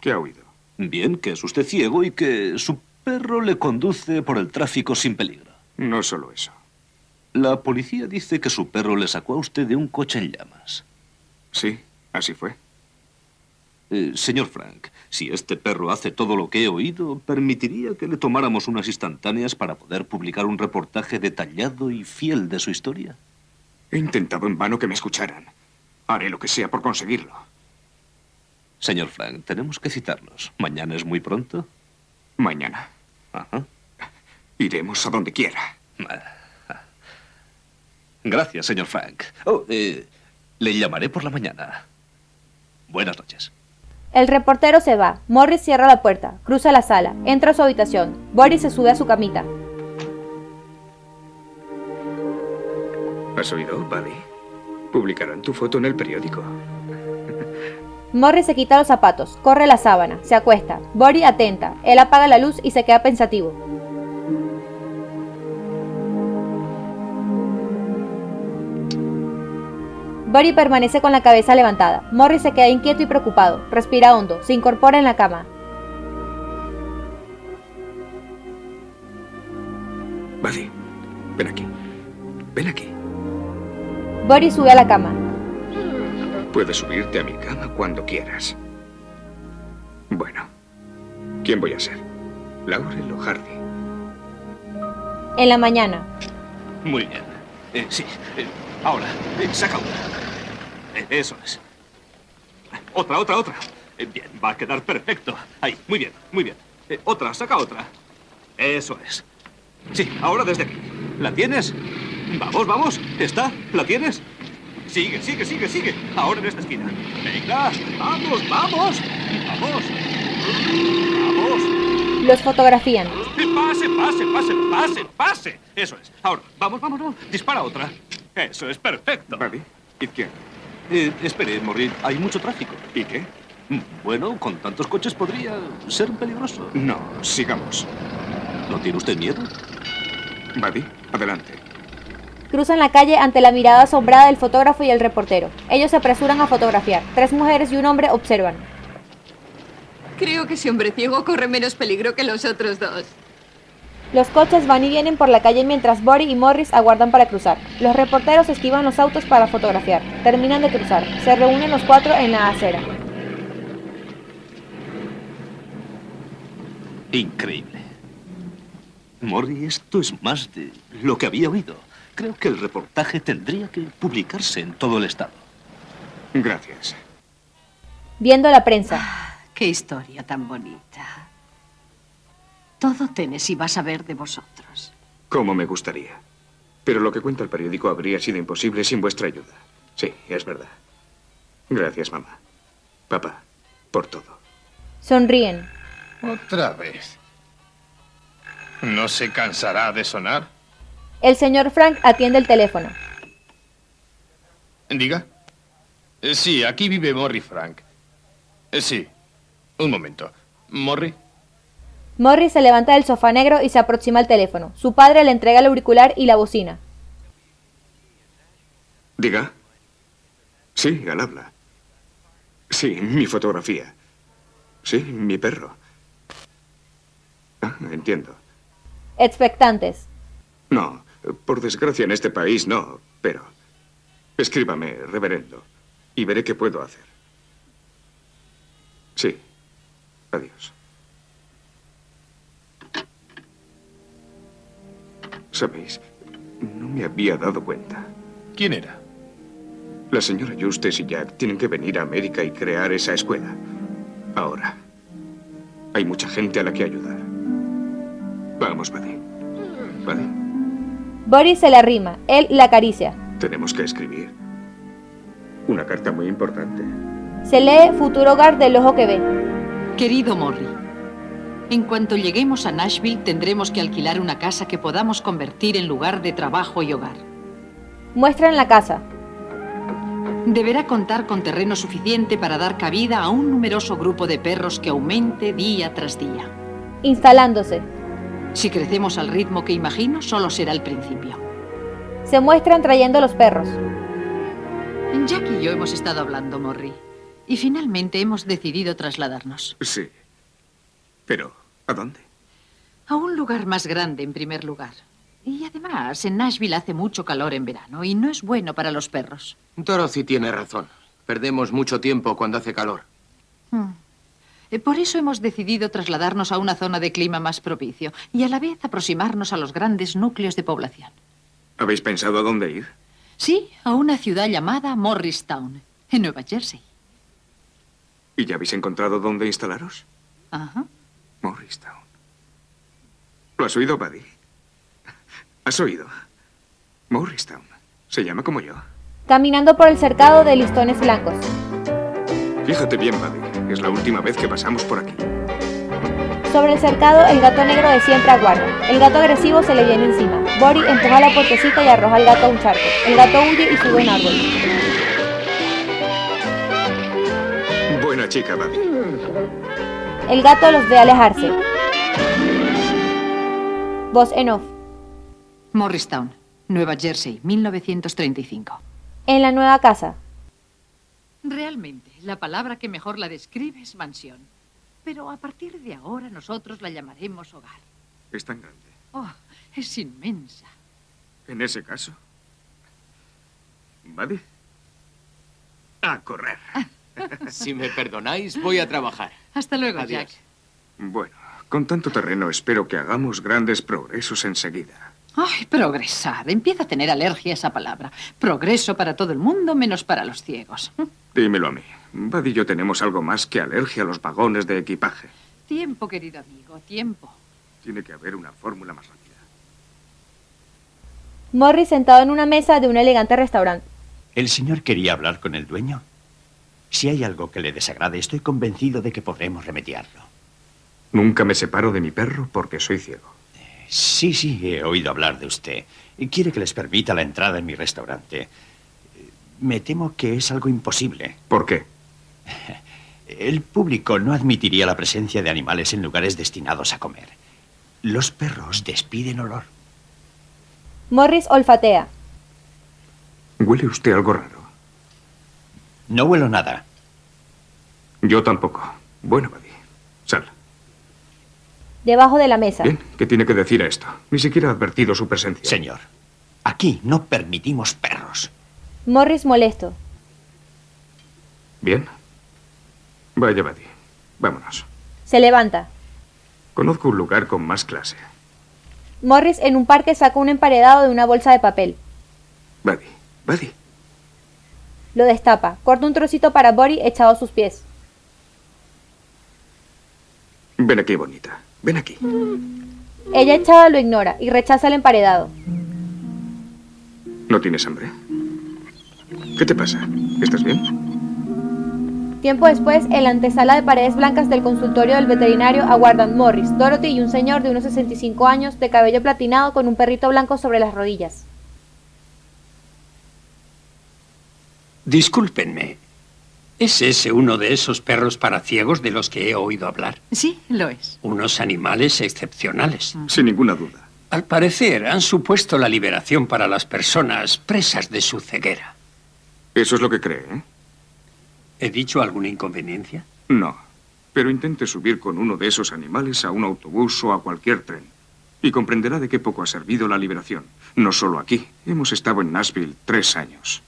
[SPEAKER 7] ¿Qué ha oído?
[SPEAKER 14] Bien, que es usted ciego y que su perro le conduce por el tráfico sin peligro.
[SPEAKER 7] No solo eso.
[SPEAKER 14] La policía dice que su perro le sacó a usted de un coche en llamas.
[SPEAKER 7] Sí, así fue.
[SPEAKER 14] Eh, señor Frank, si este perro hace todo lo que he oído, permitiría que le tomáramos unas instantáneas para poder publicar un reportaje detallado y fiel de su historia.
[SPEAKER 7] He intentado en vano que me escucharan. Haré lo que sea por conseguirlo.
[SPEAKER 14] Señor Frank, tenemos que citarnos. ¿Mañana es muy pronto?
[SPEAKER 7] Mañana.
[SPEAKER 14] Ajá.
[SPEAKER 7] Iremos a donde quiera.
[SPEAKER 14] Gracias, señor Frank. Oh, eh, le llamaré por la mañana. Buenas noches.
[SPEAKER 4] El reportero se va. Morris cierra la puerta, cruza la sala, entra a su habitación. Boris se sube a su camita.
[SPEAKER 7] ¿Has oído, Buddy? Publicarán tu foto en el periódico.
[SPEAKER 4] Morris se quita los zapatos, corre la sábana, se acuesta. Boris atenta. Él apaga la luz y se queda pensativo. Boris permanece con la cabeza levantada. Morris se queda inquieto y preocupado. Respira hondo, se incorpora en la cama.
[SPEAKER 7] Buddy, ven aquí. Ven aquí.
[SPEAKER 4] Boris sube a la cama.
[SPEAKER 7] Puedes subirte a mi cama cuando quieras. Bueno, ¿quién voy a ser? ¿Laurel o Hardy?
[SPEAKER 4] En la mañana,
[SPEAKER 14] Muy bien. Eh, sí, eh, ahora, eh, saca una. Eh, eso es. Otra, otra, otra. Eh, bien, va a quedar perfecto. Ahí, muy bien, muy bien. Eh, otra, saca otra. Eso es. Sí, ahora desde aquí. ¿La tienes? Vamos, vamos. ¿Está? ¿La tienes? Sigue, sigue, sigue, sigue. Ahora en esta esquina. Venga, vamos, vamos. Vamos. Vamos.
[SPEAKER 4] los fotografían.
[SPEAKER 14] Eh, Pase, pase, pase, pase, pase. Eso es. Ahora, vamos, vamos, vamos. Dispara otra. Eso es perfecto. Vale, izquierda. Eh, espere, Morrid, hay mucho tráfico. ¿Y qué? Bueno, con tantos coches podría ser peligroso.
[SPEAKER 7] No, sigamos.
[SPEAKER 14] ¿No tiene usted miedo?
[SPEAKER 7] Buddy, adelante.
[SPEAKER 4] Cruzan la calle ante la mirada asombrada del fotógrafo y el reportero. Ellos se apresuran a fotografiar. Tres mujeres y un hombre observan.
[SPEAKER 13] Creo que ese hombre ciego corre menos peligro que los otros dos.
[SPEAKER 4] Los coches van y vienen por la calle mientras Boris y Morris aguardan para cruzar. Los reporteros esquivan los autos para fotografiar. Terminan de cruzar. Se reúnen los cuatro en la acera.
[SPEAKER 14] Increíble. Morri, esto es más de lo que había oído. Creo que el reportaje tendría que publicarse en todo el estado.
[SPEAKER 7] Gracias.
[SPEAKER 4] Viendo la prensa.
[SPEAKER 6] Ah, Qué historia tan bonita. Todo Tennessee va a saber de vosotros.
[SPEAKER 7] Como me gustaría. Pero lo que cuenta el periódico habría sido imposible sin vuestra ayuda. Sí, es verdad. Gracias, mamá. Papá, por todo.
[SPEAKER 4] Sonríen.
[SPEAKER 8] Otra vez. ¿No se cansará de sonar?
[SPEAKER 4] El señor Frank atiende el teléfono.
[SPEAKER 8] Diga. Eh, Sí, aquí vive Morrie Frank. Eh, Sí. Un momento. Morrie,
[SPEAKER 4] Morris se levanta del sofá negro y se aproxima al teléfono. Su padre le entrega el auricular y la bocina.
[SPEAKER 7] Diga. Sí, al habla. Sí, mi fotografía. Sí, mi perro. Ah, entiendo.
[SPEAKER 4] Expectantes.
[SPEAKER 7] No, por desgracia en este país no, pero... Escríbame, reverendo, y veré qué puedo hacer. Sí. Adiós. Sabéis, no me había dado cuenta.
[SPEAKER 8] ¿quién era?
[SPEAKER 7] La señora Justes y Jack tienen que venir a América y crear esa escuela. Ahora. Hay mucha gente a la que ayudar. Vamos, Buddy. Buddy.
[SPEAKER 4] Boris se le arrima. Él la acaricia.
[SPEAKER 7] Tenemos que escribir. Una carta muy importante.
[SPEAKER 4] Se lee Futuro Hogar del Ojo que Ve.
[SPEAKER 3] Querido Morrie, en cuanto lleguemos a Nashville tendremos que alquilar una casa que podamos convertir en lugar de trabajo y hogar.
[SPEAKER 4] Muestran la casa.
[SPEAKER 3] Deberá contar con terreno suficiente para dar cabida a un numeroso grupo de perros que aumente día tras día.
[SPEAKER 4] Instalándose.
[SPEAKER 3] Si crecemos al ritmo que imagino, solo será el principio.
[SPEAKER 4] Se muestran trayendo los perros.
[SPEAKER 3] Jack y yo hemos estado hablando, Morrie, y finalmente hemos decidido trasladarnos
[SPEAKER 7] Sí. Pero, ¿a dónde?
[SPEAKER 3] a un lugar más grande en primer lugar. Y además, en Nashville hace mucho calor en verano y no es bueno para los perros.
[SPEAKER 19] Dorothy tiene razón. Perdemos mucho tiempo cuando hace calor.
[SPEAKER 3] Mm. Eh, Por eso hemos decidido trasladarnos a una zona de clima más propicio y a la vez aproximarnos a los grandes núcleos de población.
[SPEAKER 7] ¿Habéis pensado a dónde ir?
[SPEAKER 3] Sí, a una ciudad llamada Morristown, en Nueva Jersey.
[SPEAKER 7] ¿Y ya habéis encontrado dónde instalaros?
[SPEAKER 3] Ajá.
[SPEAKER 7] Morristown. ¿Lo has oído, Buddy? ¿Has oído? Morristown. Se llama como yo.
[SPEAKER 4] Caminando por el cercado de listones blancos.
[SPEAKER 7] Fíjate bien, Buddy. Es la última vez que pasamos por aquí.
[SPEAKER 4] Sobre el cercado, el gato negro de siempre aguarda. El gato agresivo se le viene encima. Bori empuja la puertecita y arroja al gato a un charco. El gato huye y sube a un árbol.
[SPEAKER 7] Buena chica, Buddy.
[SPEAKER 4] El gato los ve alejarse. Voz en off.
[SPEAKER 3] Morristown, Nueva Jersey, 1935.
[SPEAKER 4] En la nueva casa.
[SPEAKER 3] Realmente, la palabra que mejor la describe es mansión. Pero a partir de ahora nosotros la llamaremos hogar.
[SPEAKER 7] Es tan grande.
[SPEAKER 3] Oh, es inmensa.
[SPEAKER 7] En ese caso. Buddy. A correr.
[SPEAKER 19] Si me perdonáis, voy a trabajar.
[SPEAKER 3] Hasta luego,
[SPEAKER 19] Adiós.
[SPEAKER 3] Jack.
[SPEAKER 7] Bueno, con tanto terreno espero que hagamos grandes progresos enseguida.
[SPEAKER 3] Ay, progresar. Empieza a tener alergia a esa palabra. Progreso para todo el mundo menos para los ciegos. Mm,
[SPEAKER 7] Dímelo a mí. Buddy y yo tenemos algo más que alergia a los vagones de equipaje.
[SPEAKER 3] Tiempo, querido amigo, tiempo.
[SPEAKER 7] Tiene que haber una fórmula más rápida.
[SPEAKER 4] Morris sentado en una mesa de un elegante restaurante.
[SPEAKER 24] El señor quería hablar con el dueño. Si hay algo que le desagrade, estoy convencido de que podremos remediarlo.
[SPEAKER 7] Nunca me separo de mi perro porque soy ciego.
[SPEAKER 24] Eh, Sí, sí, he oído hablar de usted. Y Quiere que les permita la entrada en mi restaurante. Eh, Me temo que es algo imposible.
[SPEAKER 7] ¿Por qué?
[SPEAKER 24] El público no admitiría la presencia de animales en lugares destinados a comer. Los perros despiden olor.
[SPEAKER 4] Morris olfatea.
[SPEAKER 7] ¿Huele usted algo raro?
[SPEAKER 24] No huelo nada.
[SPEAKER 7] Yo tampoco. Bueno, Buddy. Sal.
[SPEAKER 4] Debajo de la mesa.
[SPEAKER 7] Bien, ¿qué tiene que decir a esto? Ni siquiera ha advertido su presencia.
[SPEAKER 24] Señor, aquí no permitimos perros.
[SPEAKER 4] Morris molesto.
[SPEAKER 7] Bien. Vaya, Buddy. Vámonos.
[SPEAKER 4] Se levanta.
[SPEAKER 7] Conozco un lugar con más clase.
[SPEAKER 4] Morris en un parque saca un emparedado de una bolsa de papel.
[SPEAKER 7] Buddy. Buddy.
[SPEAKER 4] Lo destapa. Corta un trocito para Bori echado a sus pies.
[SPEAKER 7] Ven aquí, bonita. Ven aquí.
[SPEAKER 4] Ella echada lo ignora y rechaza el emparedado.
[SPEAKER 7] ¿No tienes hambre? ¿Qué te pasa? ¿Estás bien?
[SPEAKER 4] Tiempo después, en la antesala de paredes blancas del consultorio del veterinario aguardan Morris, Dorothy y un señor de unos 65 años de cabello platinado con un perrito blanco sobre las rodillas.
[SPEAKER 10] Discúlpenme. ¿Es ese uno de esos perros para ciegos de los que he oído hablar?
[SPEAKER 3] Sí, lo es.
[SPEAKER 10] Unos animales excepcionales.
[SPEAKER 7] Mm. Sin ninguna duda.
[SPEAKER 10] Al parecer, han supuesto la liberación para las personas presas de su ceguera.
[SPEAKER 7] Eso es lo que cree, ¿eh?
[SPEAKER 10] ¿He dicho alguna inconveniencia?
[SPEAKER 7] No. Pero intente subir con uno de esos animales a un autobús o a cualquier tren. Y comprenderá de qué poco ha servido la liberación. No solo aquí. Hemos estado en Nashville tres años.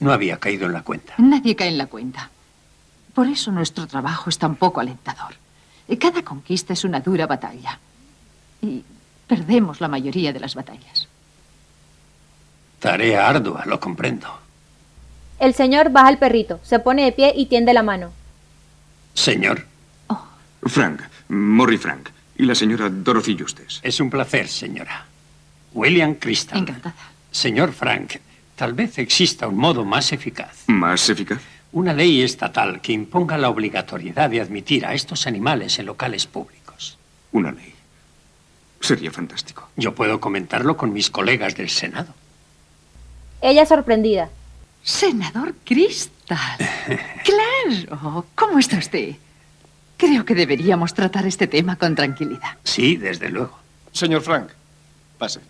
[SPEAKER 10] No había caído en la cuenta.
[SPEAKER 3] Nadie cae en la cuenta. Por eso nuestro trabajo es tan poco alentador. Eh, Cada conquista es una dura batalla. Y perdemos la mayoría de las batallas.
[SPEAKER 10] Tarea ardua, lo comprendo.
[SPEAKER 4] El señor baja el perrito, se pone de pie y tiende la mano.
[SPEAKER 10] Señor.
[SPEAKER 7] Oh. Frank, Morrie Frank. Y la señora Dorothy Justes.
[SPEAKER 10] Es un placer, señora. William Crystal. Encantada. Señor Frank, tal vez exista un modo más eficaz.
[SPEAKER 7] ¿Más eficaz?
[SPEAKER 10] Una ley estatal que imponga la obligatoriedad de admitir a estos animales en locales públicos.
[SPEAKER 7] Una ley. Sería fantástico.
[SPEAKER 10] Yo puedo comentarlo con mis colegas del Senado.
[SPEAKER 4] Ella sorprendida.
[SPEAKER 3] Senador Cristal. Claro. ¿Cómo está usted? Creo que deberíamos tratar este tema con tranquilidad.
[SPEAKER 10] Sí, desde luego.
[SPEAKER 25] Señor Frank, pase.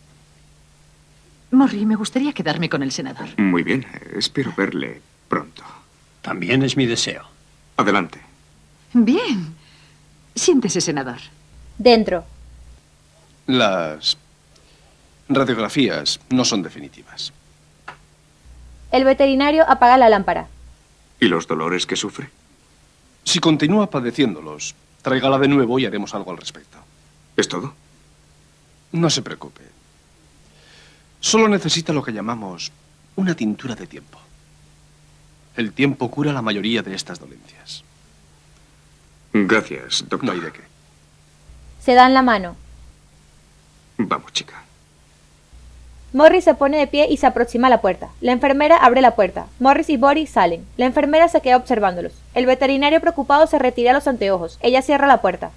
[SPEAKER 3] Morrie, me gustaría quedarme con el senador.
[SPEAKER 7] Muy bien, espero verle pronto.
[SPEAKER 10] También es mi deseo.
[SPEAKER 7] Adelante.
[SPEAKER 3] Bien. Siéntese, senador.
[SPEAKER 4] Dentro.
[SPEAKER 25] Las radiografías no son definitivas.
[SPEAKER 4] El veterinario apaga la lámpara.
[SPEAKER 7] ¿Y los dolores que sufre?
[SPEAKER 25] Si continúa padeciéndolos, tráigala de nuevo y haremos algo al respecto.
[SPEAKER 7] ¿Es todo?
[SPEAKER 25] No se preocupe. Solo necesita lo que llamamos una tintura de tiempo. El tiempo cura la mayoría de estas dolencias.
[SPEAKER 7] Gracias, doctor.
[SPEAKER 25] No hay de qué.
[SPEAKER 4] Se dan la mano.
[SPEAKER 7] Vamos, chica.
[SPEAKER 4] Morris se pone de pie y se aproxima a la puerta. La enfermera abre la puerta. Morris y Boris salen. La enfermera se queda observándolos. El veterinario preocupado se retira los anteojos. Ella cierra la puerta.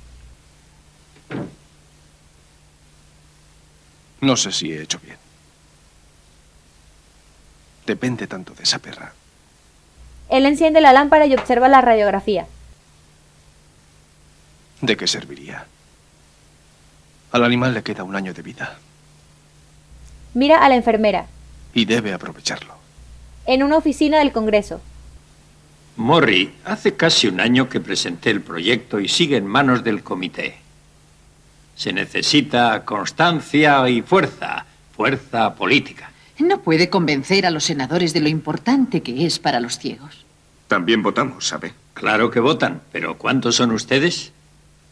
[SPEAKER 26] No sé si he hecho bien. Depende tanto de esa perra.
[SPEAKER 4] Él enciende la lámpara y observa la radiografía.
[SPEAKER 26] ¿De qué serviría? Al animal le queda un año de vida
[SPEAKER 4] Mira a la enfermera.
[SPEAKER 26] y debe aprovecharlo.
[SPEAKER 4] En una oficina del Congreso.
[SPEAKER 10] Morri, hace casi un año que presenté el proyecto y sigue en manos del comité. Se necesita constancia y fuerza, fuerza política.
[SPEAKER 3] No puede convencer a los senadores de lo importante que es para los ciegos.
[SPEAKER 10] También votamos, ¿sabe? Claro que votan, pero ¿cuántos son ustedes?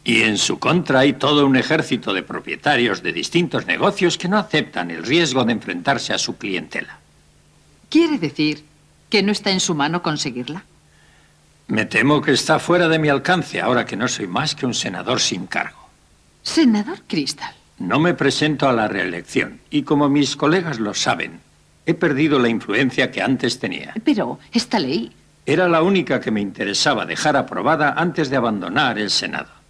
[SPEAKER 10] Y en su contra hay todo un ejército de propietarios de distintos negocios que no aceptan el riesgo de enfrentarse a su clientela.
[SPEAKER 3] ¿Quiere decir que no está en su mano conseguirla?
[SPEAKER 10] Me temo que está fuera de mi alcance ahora que no soy más que un senador sin cargo.
[SPEAKER 3] Senador Crystal,
[SPEAKER 10] No me presento a la reelección y como mis colegas lo saben, he perdido la influencia que antes tenía.
[SPEAKER 3] pero esta ley
[SPEAKER 10] Era la única que me interesaba dejar aprobada antes de abandonar el Senado.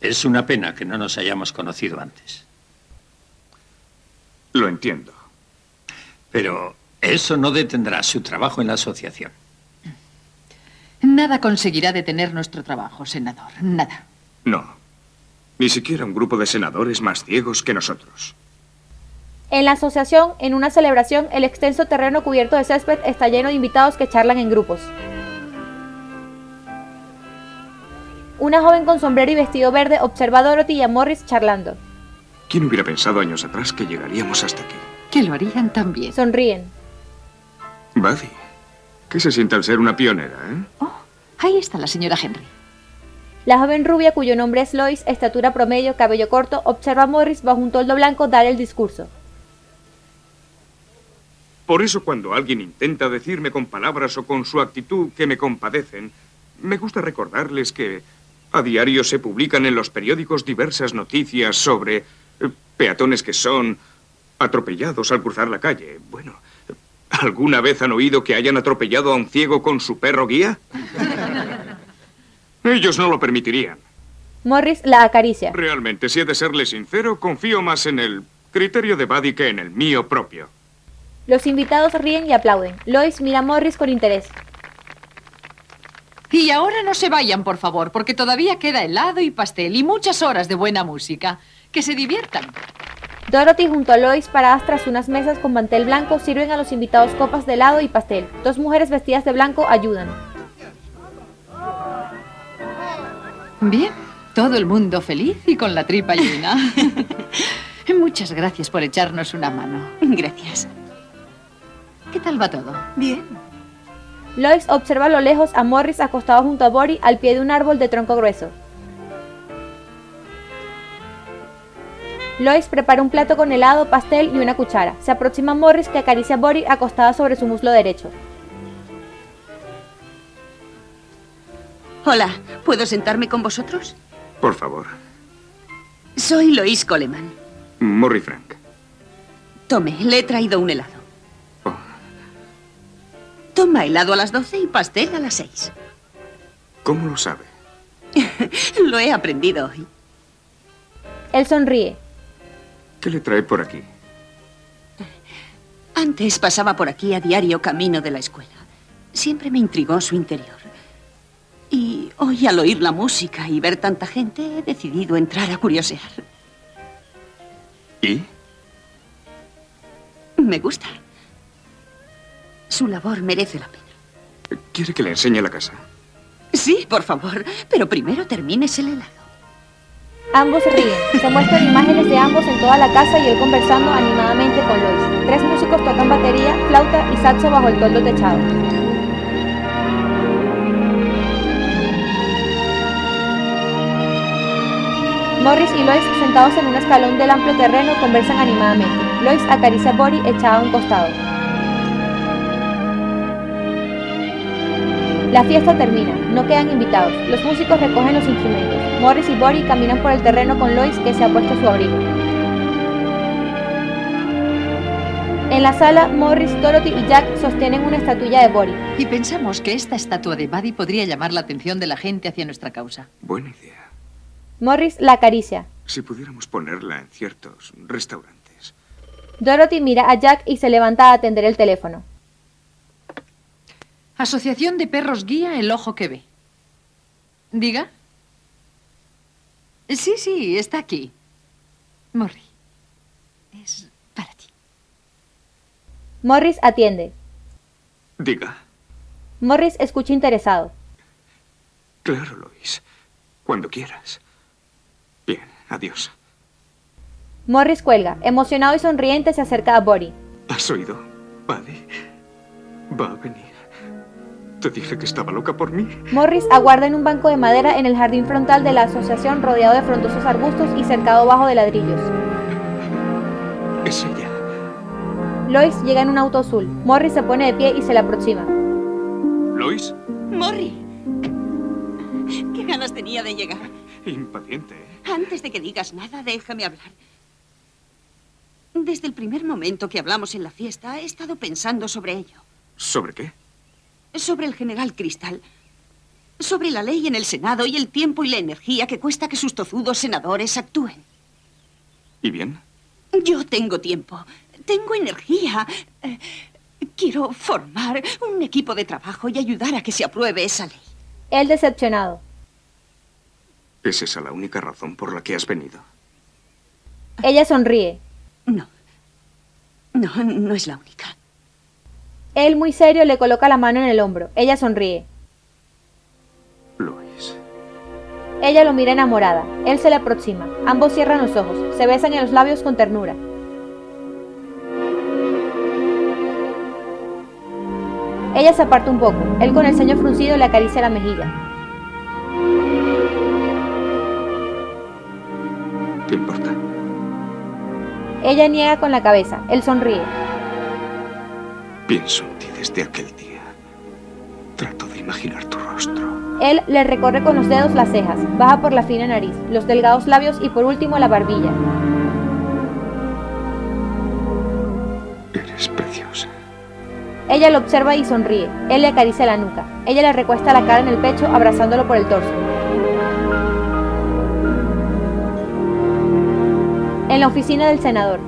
[SPEAKER 10] Es una pena que no nos hayamos conocido antes.
[SPEAKER 7] Lo entiendo.
[SPEAKER 10] Pero eso no detendrá su trabajo en la asociación.
[SPEAKER 3] nada conseguirá detener nuestro trabajo, senador. Nada.
[SPEAKER 7] No. Ni siquiera un grupo de senadores más ciegos que nosotros.
[SPEAKER 4] En la asociación, en una celebración, el extenso terreno cubierto de césped está lleno de invitados que charlan en grupos. Una joven con sombrero y vestido verde observa a Dorothy y a Morris charlando.
[SPEAKER 7] ¿Quién hubiera pensado años atrás que llegaríamos hasta aquí?
[SPEAKER 3] Que lo harían también.
[SPEAKER 4] Sonríen.
[SPEAKER 7] Buddy, ¿qué se siente al ser una pionera, eh?
[SPEAKER 3] Ahí está la señora Henry.
[SPEAKER 4] La joven rubia, cuyo nombre es Lois, estatura promedio, cabello corto, observa a Morris bajo un toldo blanco dar el discurso.
[SPEAKER 7] Por eso cuando alguien intenta decirme con palabras o con su actitud que me compadecen, me gusta recordarles que a diario se publican en los periódicos diversas noticias sobre eh, peatones que son atropellados al cruzar la calle. Bueno, ¿alguna vez han oído que hayan atropellado a un ciego con su perro guía? Ellos no lo permitirían.
[SPEAKER 4] Morris la acaricia.
[SPEAKER 7] Realmente, si he de serle sincero, confío más en el criterio de Buddy que en el mío propio.
[SPEAKER 4] Los invitados ríen y aplauden. Lois mira a Morris con interés.
[SPEAKER 3] Y ahora no se vayan, por favor, porque todavía queda helado y pastel y muchas horas de buena música. Que se diviertan.
[SPEAKER 4] Dorothy junto a Lois paradas tras unas mesas con mantel blanco sirven a los invitados copas de helado y pastel. Dos mujeres vestidas de blanco ayudan.
[SPEAKER 3] Bien, todo el mundo feliz y con la tripa llena. Muchas gracias por echarnos una mano. Gracias. ¿Qué tal va todo? Bien.
[SPEAKER 4] Lois observa a lo lejos a Morris acostado junto a Bori al pie de un árbol de tronco grueso. Lois prepara un plato con helado, pastel y una cuchara. Se aproxima a Morris que acaricia a Bori acostada sobre su muslo derecho.
[SPEAKER 13] Hola, ¿puedo sentarme con vosotros?
[SPEAKER 7] Por favor,
[SPEAKER 13] Soy Lois Coleman.
[SPEAKER 7] Morrie Frank.
[SPEAKER 13] Tome, le he traído un helado. Toma helado a las 12 y pastel a las 6.
[SPEAKER 7] ¿Cómo lo sabe?
[SPEAKER 13] Lo he aprendido hoy.
[SPEAKER 4] Él sonríe.
[SPEAKER 7] ¿Qué le trae por aquí?
[SPEAKER 13] Antes pasaba por aquí a diario camino de la escuela. Siempre me intrigó su interior. Y hoy al oír la música y ver tanta gente he decidido entrar a curiosear.
[SPEAKER 7] ¿Y?
[SPEAKER 13] Me gusta. Su labor merece la pena.
[SPEAKER 7] ¿Quiere que le enseñe la casa?
[SPEAKER 13] Sí, por favor, pero primero termines el helado.
[SPEAKER 4] Ambos ríen. Se muestran imágenes de ambos en toda la casa y él conversando animadamente con Lois. Tres músicos tocan batería, flauta y saxo bajo el toldo techado. Morris y Lois, sentados en un escalón del amplio terreno, conversan animadamente. Lois acaricia a Bori echada a un costado. La fiesta termina, no quedan invitados. Los músicos recogen los instrumentos. Morris y Bori caminan por el terreno con Lois que se ha puesto su abrigo. En la sala, Morris, Dorothy y Jack sostienen una estatuilla de Bori.
[SPEAKER 3] Y pensamos que esta estatua de Buddy podría llamar la atención de la gente hacia nuestra causa.
[SPEAKER 7] Buena idea.
[SPEAKER 4] Morris la acaricia.
[SPEAKER 7] Si pudiéramos ponerla en ciertos restaurantes.
[SPEAKER 4] Dorothy mira a Jack y se levanta a atender el teléfono.
[SPEAKER 3] Asociación de Perros Guía El Ojo que Ve. ¿Diga? Sí, sí, está aquí. Morri. Es para ti.
[SPEAKER 4] Morris atiende.
[SPEAKER 7] Diga.
[SPEAKER 4] Morris escucha interesado.
[SPEAKER 7] Claro, Lois. Cuando quieras. Bien, adiós.
[SPEAKER 4] Morris cuelga. Emocionado y sonriente se acerca a Bori.
[SPEAKER 7] ¿Has oído, Buddy? Va a venir. Te dije que estaba loca por mí.
[SPEAKER 4] Morris aguarda en un banco de madera en el jardín frontal de la asociación rodeado de frondosos arbustos y cercado bajo de ladrillos.
[SPEAKER 7] Es ella.
[SPEAKER 4] Lois llega en un auto azul. Morris se pone de pie y se le aproxima.
[SPEAKER 7] ¿Lois?
[SPEAKER 13] Morri. ¿Qué ganas tenía de llegar?
[SPEAKER 7] Impaciente. ¿eh?
[SPEAKER 13] Antes de que digas nada, déjame hablar. Desde el primer momento que hablamos en la fiesta, he estado pensando sobre ello.
[SPEAKER 7] ¿Sobre qué?
[SPEAKER 13] Sobre el general Cristal. Sobre la ley en el Senado y el tiempo y la energía que cuesta que sus tozudos senadores actúen.
[SPEAKER 7] ¿Y bien?
[SPEAKER 13] Yo tengo tiempo. Tengo energía. Eh, quiero formar un equipo de trabajo y ayudar a que se apruebe esa ley.
[SPEAKER 4] Él decepcionado.
[SPEAKER 7] ¿Es esa la única razón por la que has venido?
[SPEAKER 4] Ella sonríe.
[SPEAKER 13] No. No, no es la única.
[SPEAKER 4] Él muy serio le coloca la mano en el hombro. Ella sonríe.
[SPEAKER 7] Lois.
[SPEAKER 4] Ella lo mira enamorada. Él se le aproxima. Ambos cierran los ojos. Se besan en los labios con ternura. Ella se aparta un poco. Él con el ceño fruncido le acaricia la mejilla.
[SPEAKER 7] ¿Te importa?
[SPEAKER 4] Ella niega con la cabeza. Él sonríe.
[SPEAKER 7] Pienso en ti desde aquel día. Trato de imaginar tu rostro.
[SPEAKER 4] Él le recorre con los dedos las cejas, baja por la fina nariz, los delgados labios y por último la barbilla.
[SPEAKER 7] Eres preciosa.
[SPEAKER 4] Ella lo observa y sonríe. Él le acaricia la nuca. Ella le recuesta la cara en el pecho, abrazándolo por el torso. En la oficina del senador,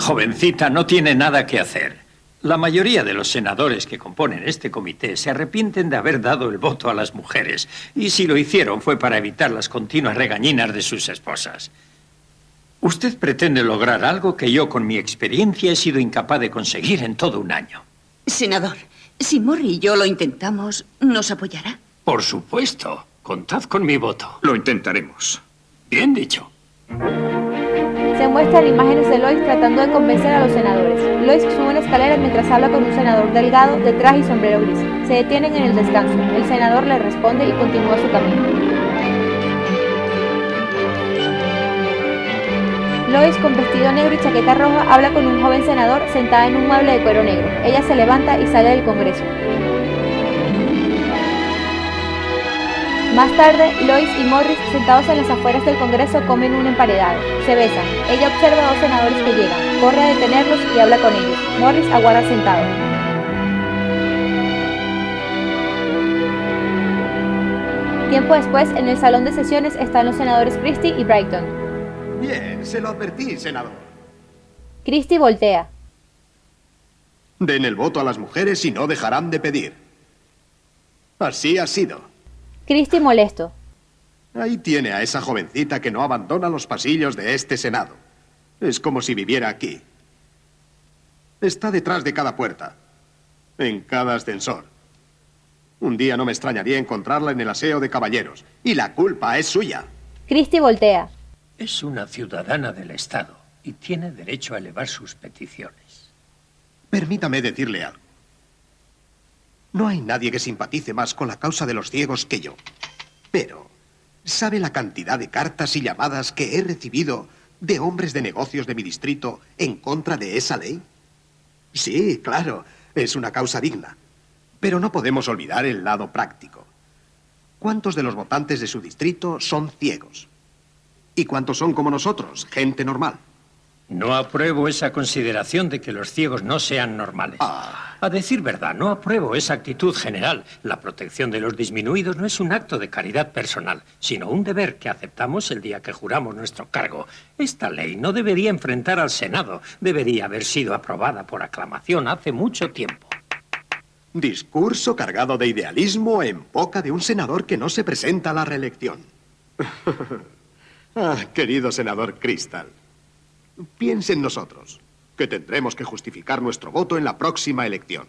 [SPEAKER 17] Jovencita no tiene nada que hacer. La mayoría de los senadores que componen este comité se arrepienten de haber dado el voto a las mujeres, y si lo hicieron fue para evitar las continuas regañinas de sus esposas. Usted pretende lograr algo que yo con mi experiencia he sido incapaz de conseguir en todo un año.
[SPEAKER 13] Senador, si Morri y yo lo intentamos, ¿nos apoyará?
[SPEAKER 17] Por supuesto, contad con mi voto.
[SPEAKER 7] Lo intentaremos.
[SPEAKER 17] Bien dicho.
[SPEAKER 4] se muestran imágenes de Lois tratando de convencer a los senadores. Lois sube una escalera mientras habla con un senador delgado de traje y sombrero gris. Se detienen en el descanso. El senador le responde y continúa su camino. Lois, con vestido negro y chaqueta roja, habla con un joven senador sentada en un mueble de cuero negro. Ella se levanta y sale del Congreso. Más tarde, Lois y Morris, sentados en las afueras del Congreso, comen un emparedado. Se besan. Ella observa a dos senadores que llegan, corre a detenerlos y habla con ellos. Morris aguarda sentado. Tiempo después, en el salón de sesiones están los senadores Christie y Brighton.
[SPEAKER 16] Bien, se lo advertí, senador.
[SPEAKER 4] Christie voltea.
[SPEAKER 16] Den el voto a las mujeres y no dejarán de pedir. Así ha sido.
[SPEAKER 4] Christie molesto.
[SPEAKER 16] Ahí tiene a esa jovencita que no abandona los pasillos de este Senado. Es como si viviera aquí. Está detrás de cada puerta, en cada ascensor. Un día no me extrañaría encontrarla en el aseo de caballeros. Y la culpa es suya.
[SPEAKER 4] Christie voltea.
[SPEAKER 10] Es una ciudadana del Estado y tiene derecho a elevar sus peticiones.
[SPEAKER 16] Permítame decirle algo. No hay nadie que simpatice más con la causa de los ciegos que yo. Pero, ¿sabe la cantidad de cartas y llamadas que he recibido de hombres de negocios de mi distrito en contra de esa ley? Sí, claro, es una causa digna. Pero no podemos olvidar el lado práctico. ¿Cuántos de los votantes de su distrito son ciegos? ¿Y cuántos son como nosotros, gente normal?
[SPEAKER 10] No apruebo esa consideración de que los ciegos no sean normales.
[SPEAKER 16] Ah.
[SPEAKER 10] A decir verdad, no apruebo esa actitud general. La protección de los disminuidos no es un acto de caridad personal, sino un deber que aceptamos el día que juramos nuestro cargo. Esta ley no debería enfrentar al Senado. Debería haber sido aprobada por aclamación hace mucho tiempo.
[SPEAKER 16] Discurso cargado de idealismo en boca de un senador que no se presenta a la reelección. ah, querido senador Crystal, piense en nosotros, que tendremos que justificar nuestro voto en la próxima elección.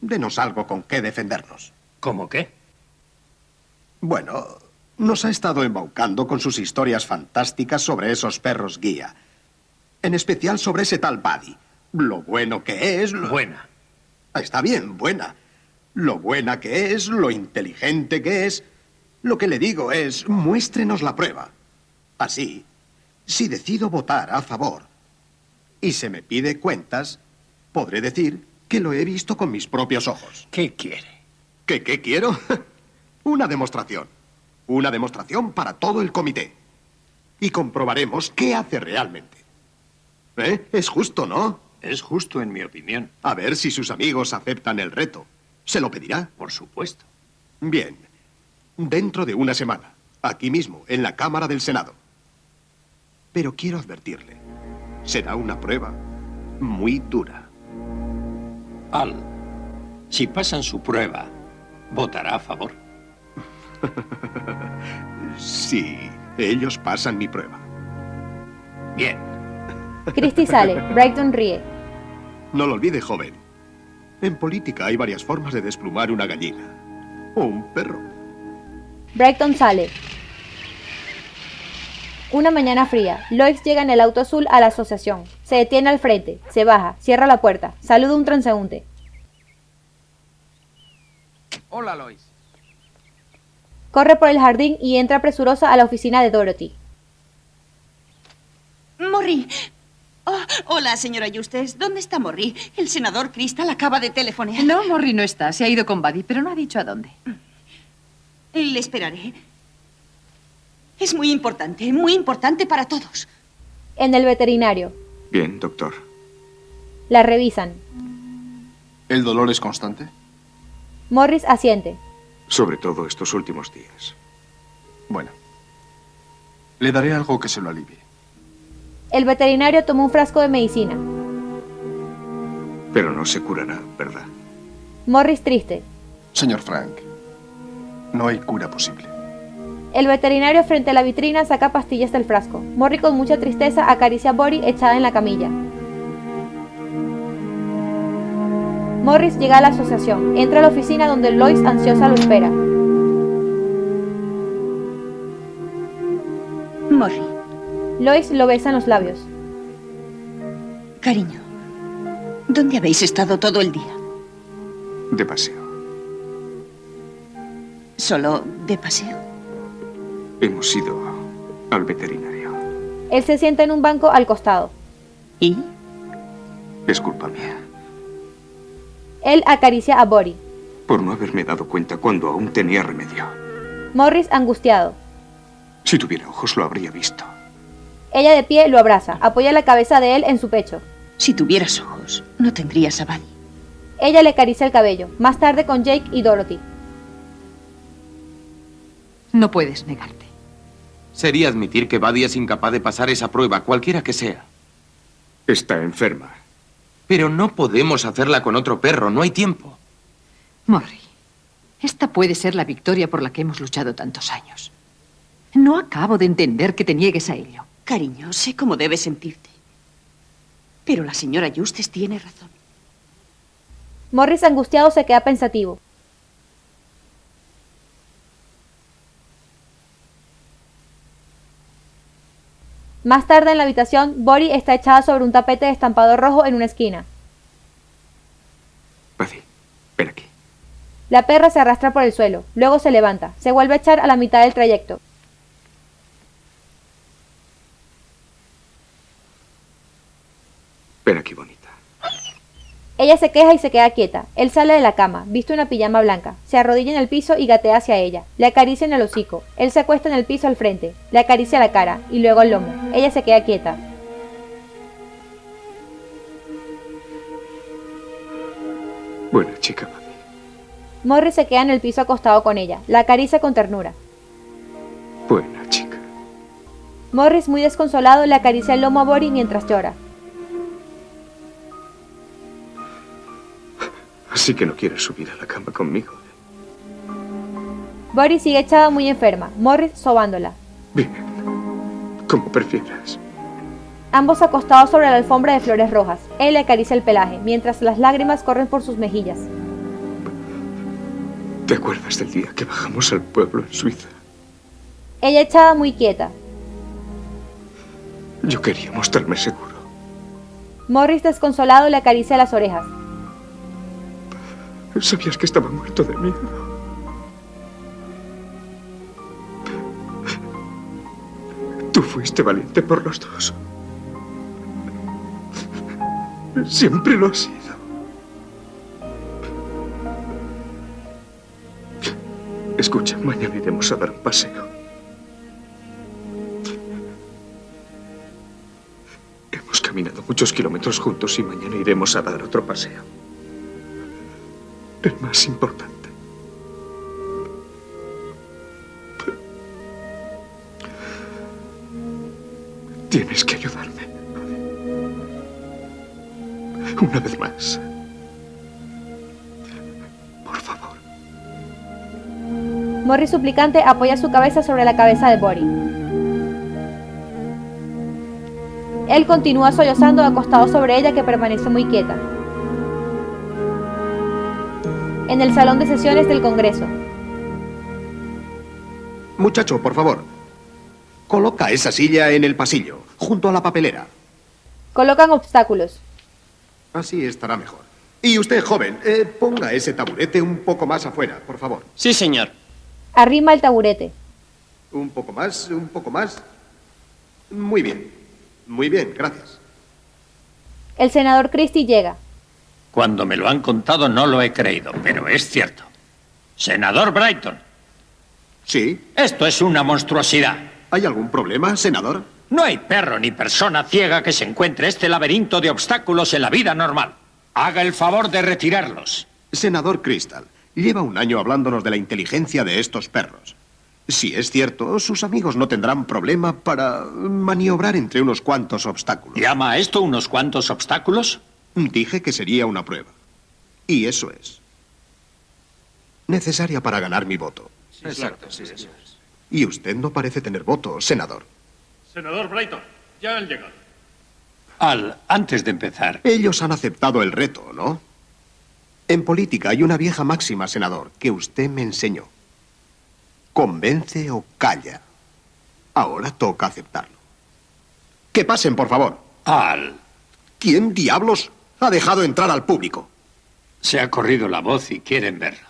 [SPEAKER 16] Denos algo con qué defendernos.
[SPEAKER 10] ¿Cómo qué?
[SPEAKER 16] Bueno, nos ha estado embaucando con sus historias fantásticas sobre esos perros guía. En especial sobre ese tal Buddy. Lo bueno que es...
[SPEAKER 10] Buena.
[SPEAKER 16] Está bien, buena. Lo buena que es, lo inteligente que es. Lo que le digo es, muéstrenos la prueba. Así, si decido votar a favor y se me pide cuentas, podré decir que lo he visto con mis propios ojos.
[SPEAKER 10] ¿Qué quiere?
[SPEAKER 16] ¿Qué, qué quiero? Una demostración. Una demostración para todo el comité. Y comprobaremos qué hace realmente. ¿Eh? Es justo, ¿no?
[SPEAKER 17] Es justo, en mi opinión.
[SPEAKER 16] A ver si sus amigos aceptan el reto. ¿Se lo pedirá?
[SPEAKER 17] Por supuesto.
[SPEAKER 16] Bien. Dentro de una semana, aquí mismo, en la Cámara del Senado. Pero quiero advertirle, será una prueba muy dura.
[SPEAKER 17] Al, si pasan su prueba, votará a favor.
[SPEAKER 16] Sí, ellos pasan mi prueba.
[SPEAKER 17] Bien.
[SPEAKER 4] Christie sale, Brighton ríe.
[SPEAKER 16] No lo olvide, joven. En política hay varias formas de desplumar una gallina. O un perro.
[SPEAKER 4] Brighton sale. Una mañana fría, Lois llega en el auto azul a la asociación. Se detiene al frente, se baja, cierra la puerta, saluda a un transeúnte.
[SPEAKER 18] Hola, Lois.
[SPEAKER 4] Corre por el jardín y entra presurosa a la oficina de Dorothy.
[SPEAKER 13] Morri. Oh, hola, señora Justes. ¿Dónde está Morri? El senador Crystal acaba de telefonear.
[SPEAKER 3] No, Morri no está. Se ha ido con Buddy, pero no ha dicho a dónde.
[SPEAKER 13] Le esperaré. Es muy importante, muy importante para todos.
[SPEAKER 4] En el veterinario.
[SPEAKER 7] Bien, doctor.
[SPEAKER 4] La revisan.
[SPEAKER 27] ¿El dolor es constante?
[SPEAKER 4] Morris asiente.
[SPEAKER 7] Sobre todo estos últimos días.
[SPEAKER 27] Bueno. Le daré algo que se lo alivie.
[SPEAKER 4] El veterinario toma un frasco de medicina.
[SPEAKER 7] Pero no se curará, ¿verdad?
[SPEAKER 4] Morris triste.
[SPEAKER 27] Señor Frank, no hay cura posible.
[SPEAKER 4] El veterinario frente a la vitrina saca pastillas del frasco. Morris con mucha tristeza acaricia a Bori echada en la camilla. Morris llega a la asociación, entra a la oficina donde Lois ansiosa lo espera.
[SPEAKER 13] Morri,
[SPEAKER 4] Lois lo besa en los labios.
[SPEAKER 13] cariño. ¿Dónde habéis estado todo el día?
[SPEAKER 7] De paseo.
[SPEAKER 13] ¿Solo de paseo?
[SPEAKER 7] Hemos ido al veterinario.
[SPEAKER 4] Él se sienta en un banco al costado.
[SPEAKER 13] ¿Y?
[SPEAKER 7] Es culpa mía
[SPEAKER 4] Él acaricia a Bori.
[SPEAKER 7] por no haberme dado cuenta cuando aún tenía remedio.
[SPEAKER 4] Morris angustiado.
[SPEAKER 7] Si tuviera ojos lo habría visto.
[SPEAKER 4] Ella de pie lo abraza, apoya la cabeza de él en su pecho.
[SPEAKER 13] Si tuvieras ojos, no tendrías a Buddy.
[SPEAKER 4] Ella le acaricia el cabello, más tarde con Jake y Dorothy.
[SPEAKER 3] No puedes negarte.
[SPEAKER 19] Sería admitir que Buddy es incapaz de pasar esa prueba, cualquiera que sea.
[SPEAKER 7] Está enferma.
[SPEAKER 19] Pero no podemos hacerla con otro perro, no hay tiempo.
[SPEAKER 3] Morri, esta puede ser la victoria por la que hemos luchado tantos años. No acabo de entender que te niegues a ello.
[SPEAKER 13] Cariño, sé cómo debes sentirte. Pero la señora Justes tiene razón.
[SPEAKER 4] Morris angustiado se queda pensativo. Más tarde en la habitación, Bori está echada sobre un tapete de estampado rojo en una esquina.
[SPEAKER 7] Ven aquí.
[SPEAKER 4] La perra se arrastra por el suelo, luego se levanta, se vuelve a echar a la mitad del trayecto.
[SPEAKER 7] Ven aquí, bonita.
[SPEAKER 4] Ella se queja y se queda quieta. Él sale de la cama, viste una pijama blanca, se arrodilla en el piso y gatea hacia ella. Le acaricia en el hocico. Él se acuesta en el piso al frente, le acaricia la cara y luego el lomo. Ella se queda quieta.
[SPEAKER 7] Buena chica, Buddy.
[SPEAKER 4] Morris se queda en el piso acostado con ella, la acaricia con ternura.
[SPEAKER 7] Buena chica.
[SPEAKER 4] Morris, muy desconsolado, le acaricia el lomo a Boris mientras llora.
[SPEAKER 7] Así que no quieres subir a la cama conmigo.
[SPEAKER 4] Boris sigue echada muy enferma, Morris sobándola.
[SPEAKER 7] Bien. Como prefieras.
[SPEAKER 4] Ambos acostados sobre la alfombra de flores rojas. Él le acaricia el pelaje, mientras las lágrimas corren por sus mejillas.
[SPEAKER 7] ¿Te acuerdas del día que bajamos al pueblo en Suiza?
[SPEAKER 4] Ella echada muy quieta.
[SPEAKER 7] Yo quería mostrarme seguro.
[SPEAKER 4] Morris desconsolado le acaricia las orejas.
[SPEAKER 7] Sabías que estaba muerto de miedo. Tú fuiste valiente por los dos. Siempre lo has sido. Escucha, mañana iremos a dar un paseo. Hemos caminado muchos kilómetros juntos y mañana iremos a dar otro paseo. El más importante. Tienes que ayudarme. Una vez más.
[SPEAKER 4] Morris suplicante apoya su cabeza sobre la cabeza de Boris. Él continúa sollozando acostado sobre ella que permanece muy quieta. En el salón de sesiones del Congreso,
[SPEAKER 16] Muchacho, por favor. Coloca esa silla en el pasillo, junto a la papelera.
[SPEAKER 4] colocan obstáculos.
[SPEAKER 16] Así estará mejor. Y usted, joven, eh, ponga ese taburete un poco más afuera, por favor.
[SPEAKER 18] Sí, señor.
[SPEAKER 4] Arrima el taburete.
[SPEAKER 16] Un poco más, un poco más. Muy bien. Muy bien, gracias.
[SPEAKER 4] El senador Christie llega.
[SPEAKER 10] Cuando me lo han contado no lo he creído, pero es cierto. Senador Brighton.
[SPEAKER 16] Sí.
[SPEAKER 10] Esto es una monstruosidad.
[SPEAKER 16] ¿Hay algún problema, senador?
[SPEAKER 10] No hay perro ni persona ciega que se encuentre este laberinto de obstáculos en la vida normal. Haga el favor de retirarlos.
[SPEAKER 16] Senador Crystal, lleva un año hablándonos de la inteligencia de estos perros. Si es cierto, sus amigos no tendrán problema para maniobrar entre unos cuantos obstáculos.
[SPEAKER 10] ¿Llama a esto unos cuantos obstáculos?
[SPEAKER 16] Dije que sería una prueba. Y eso es. Necesaria para ganar mi voto.
[SPEAKER 27] Exacto, sí, eso es.
[SPEAKER 16] Y usted no parece tener voto, senador.
[SPEAKER 18] Senador Brighton, ya han llegado.
[SPEAKER 10] Al, antes de empezar.
[SPEAKER 16] Ellos han aceptado el reto, ¿no? En política hay una vieja máxima, senador, que usted me enseñó. Convence o calla. Ahora toca aceptarlo. Que pasen, por favor.
[SPEAKER 10] Al.
[SPEAKER 16] ¿Quién diablos ha dejado entrar al público?
[SPEAKER 10] Se ha corrido la voz y quieren verlo.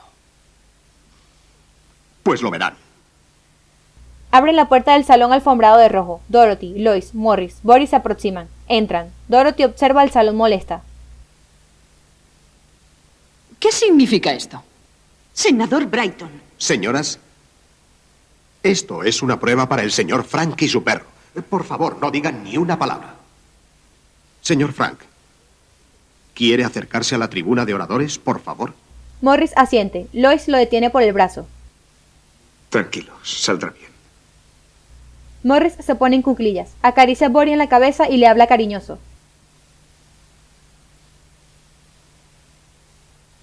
[SPEAKER 16] Pues lo verán.
[SPEAKER 4] Abren la puerta del salón alfombrado de rojo. Dorothy, Lois, Morris, Boris se aproximan. Entran. Dorothy observa el salón molesta.
[SPEAKER 3] ¿Qué significa esto?
[SPEAKER 13] Senador Brighton.
[SPEAKER 16] Señoras, esto es una prueba para el señor Frank y su perro. Por favor, no digan ni una palabra. Señor Frank, ¿quiere acercarse a la tribuna de oradores, por favor?
[SPEAKER 4] Morris asiente. Lois lo detiene por el brazo.
[SPEAKER 7] Tranquilos, saldrá bien.
[SPEAKER 4] Morris se pone en cuclillas. Acaricia a Boris en la cabeza y le habla cariñoso.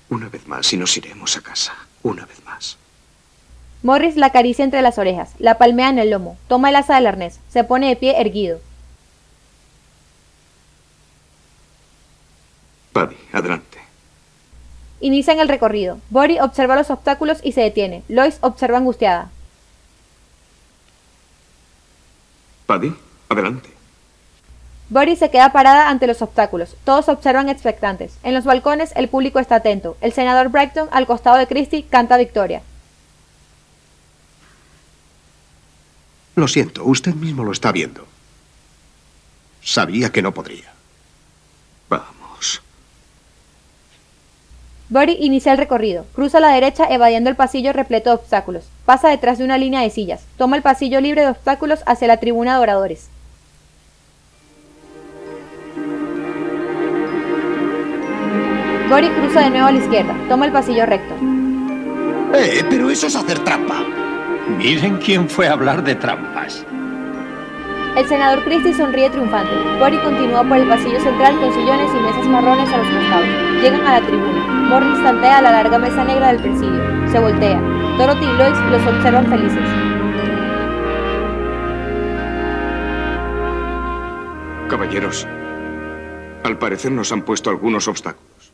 [SPEAKER 7] Una vez más y nos iremos a casa. Una vez más.
[SPEAKER 4] Morris la acaricia entre las orejas, la palmea en el lomo, toma el asa del arnés, se pone de pie erguido.
[SPEAKER 7] Buddy, adelante.
[SPEAKER 4] Inician el recorrido. Boris observa los obstáculos y se detiene. Lois observa angustiada.
[SPEAKER 7] Buddy, adelante.
[SPEAKER 4] Boris se queda parada ante los obstáculos. Todos observan expectantes. En los balcones el público está atento. El senador Brighton, al costado de Christie, canta victoria.
[SPEAKER 16] Lo siento, usted mismo lo está viendo. Sabía que no podría.
[SPEAKER 7] Vamos.
[SPEAKER 4] Boris inicia el recorrido. Cruza a la derecha evadiendo el pasillo repleto de obstáculos. Pasa detrás de una línea de sillas. Toma el pasillo libre de obstáculos hacia la tribuna de oradores. Gory cruza de nuevo a la izquierda. Toma el pasillo recto.
[SPEAKER 28] Eh, pero eso es hacer trampa. Miren quién fue a hablar de trampas.
[SPEAKER 4] El senador Christie sonríe triunfante. Gory continúa por el pasillo central con sillones y mesas marrones a los costados. Llegan a la tribuna. Morris tantea la larga mesa negra del presidio. Se voltea. Dorothy y Lois los observan felices.
[SPEAKER 7] Caballeros, al parecer nos han puesto algunos obstáculos.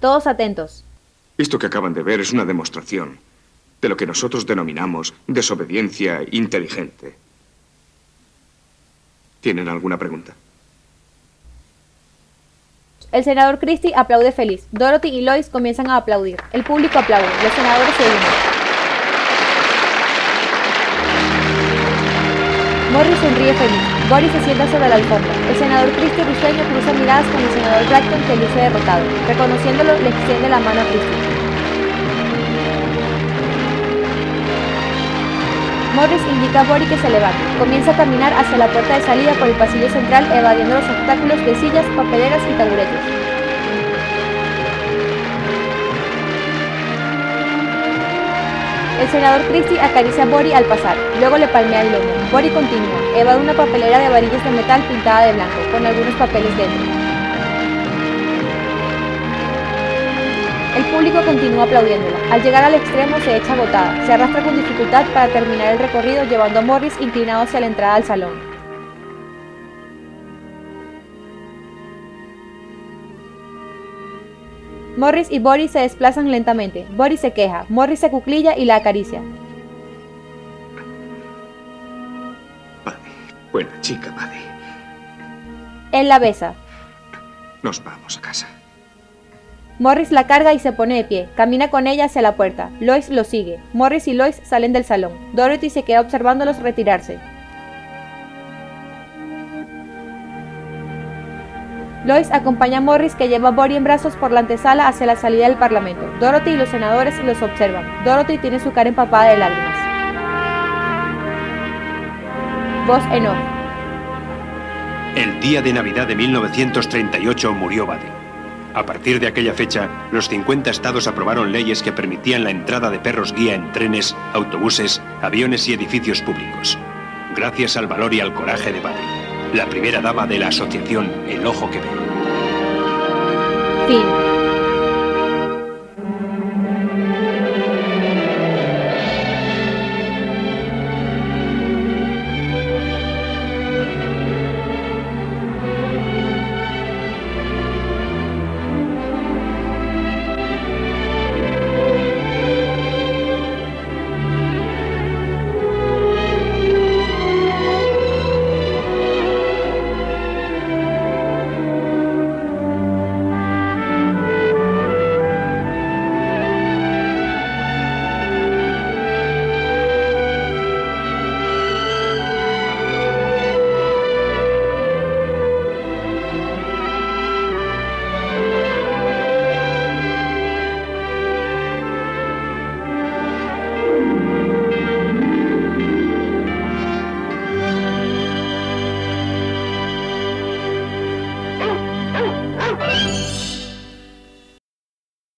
[SPEAKER 4] Todos atentos.
[SPEAKER 7] Esto que acaban de ver es una demostración de lo que nosotros denominamos desobediencia inteligente. ¿Tienen alguna pregunta?
[SPEAKER 4] El senador Christie aplaude feliz. Dorothy y Lois comienzan a aplaudir. El público aplaude. Los senadores se unen. Morris sonríe feliz. Gory se sienta sobre la alfombra. El senador Christie risueño cruza miradas con el senador Blackton que luce derrotado. Reconociéndolo, le extiende la mano a Christie. Morris indica a Gory que se levante. Comienza a caminar hacia la puerta de salida por el pasillo central, evadiendo los obstáculos de sillas, papeleras y taburetes. El senador Christie acaricia a Bory al pasar, luego le palmea el lomo. Bory continúa, evade una papelera de varillas de metal pintada de blanco, con algunos papeles dentro. El público continúa aplaudiéndola. Al llegar al extremo se echa botada, se arrastra con dificultad para terminar el recorrido llevando a Morris inclinado hacia la entrada al salón. Morris y Boris se desplazan lentamente. Boris se queja, Morris se acuclilla y la acaricia.
[SPEAKER 7] Buena chica, Buddy.
[SPEAKER 4] Él la besa.
[SPEAKER 7] Nos vamos a casa.
[SPEAKER 4] Morris la carga y se pone de pie. Camina con ella hacia la puerta. Lois lo sigue. Morris y Lois salen del salón. Dorothy se queda observándolos retirarse. Lois acompaña a Morris que lleva a Bory en brazos por la antesala hacia la salida del Parlamento. Dorothy y los senadores los observan. Dorothy tiene su cara empapada de lágrimas. Voz en off.
[SPEAKER 10] El día de Navidad de 1938 murió Buddy. A partir de aquella fecha, los 50 estados aprobaron leyes que permitían la entrada de perros guía en trenes, autobuses, aviones y edificios públicos. Gracias al valor y al coraje de Buddy, la primera dama de la asociación El Ojo que Ve.
[SPEAKER 4] Fin.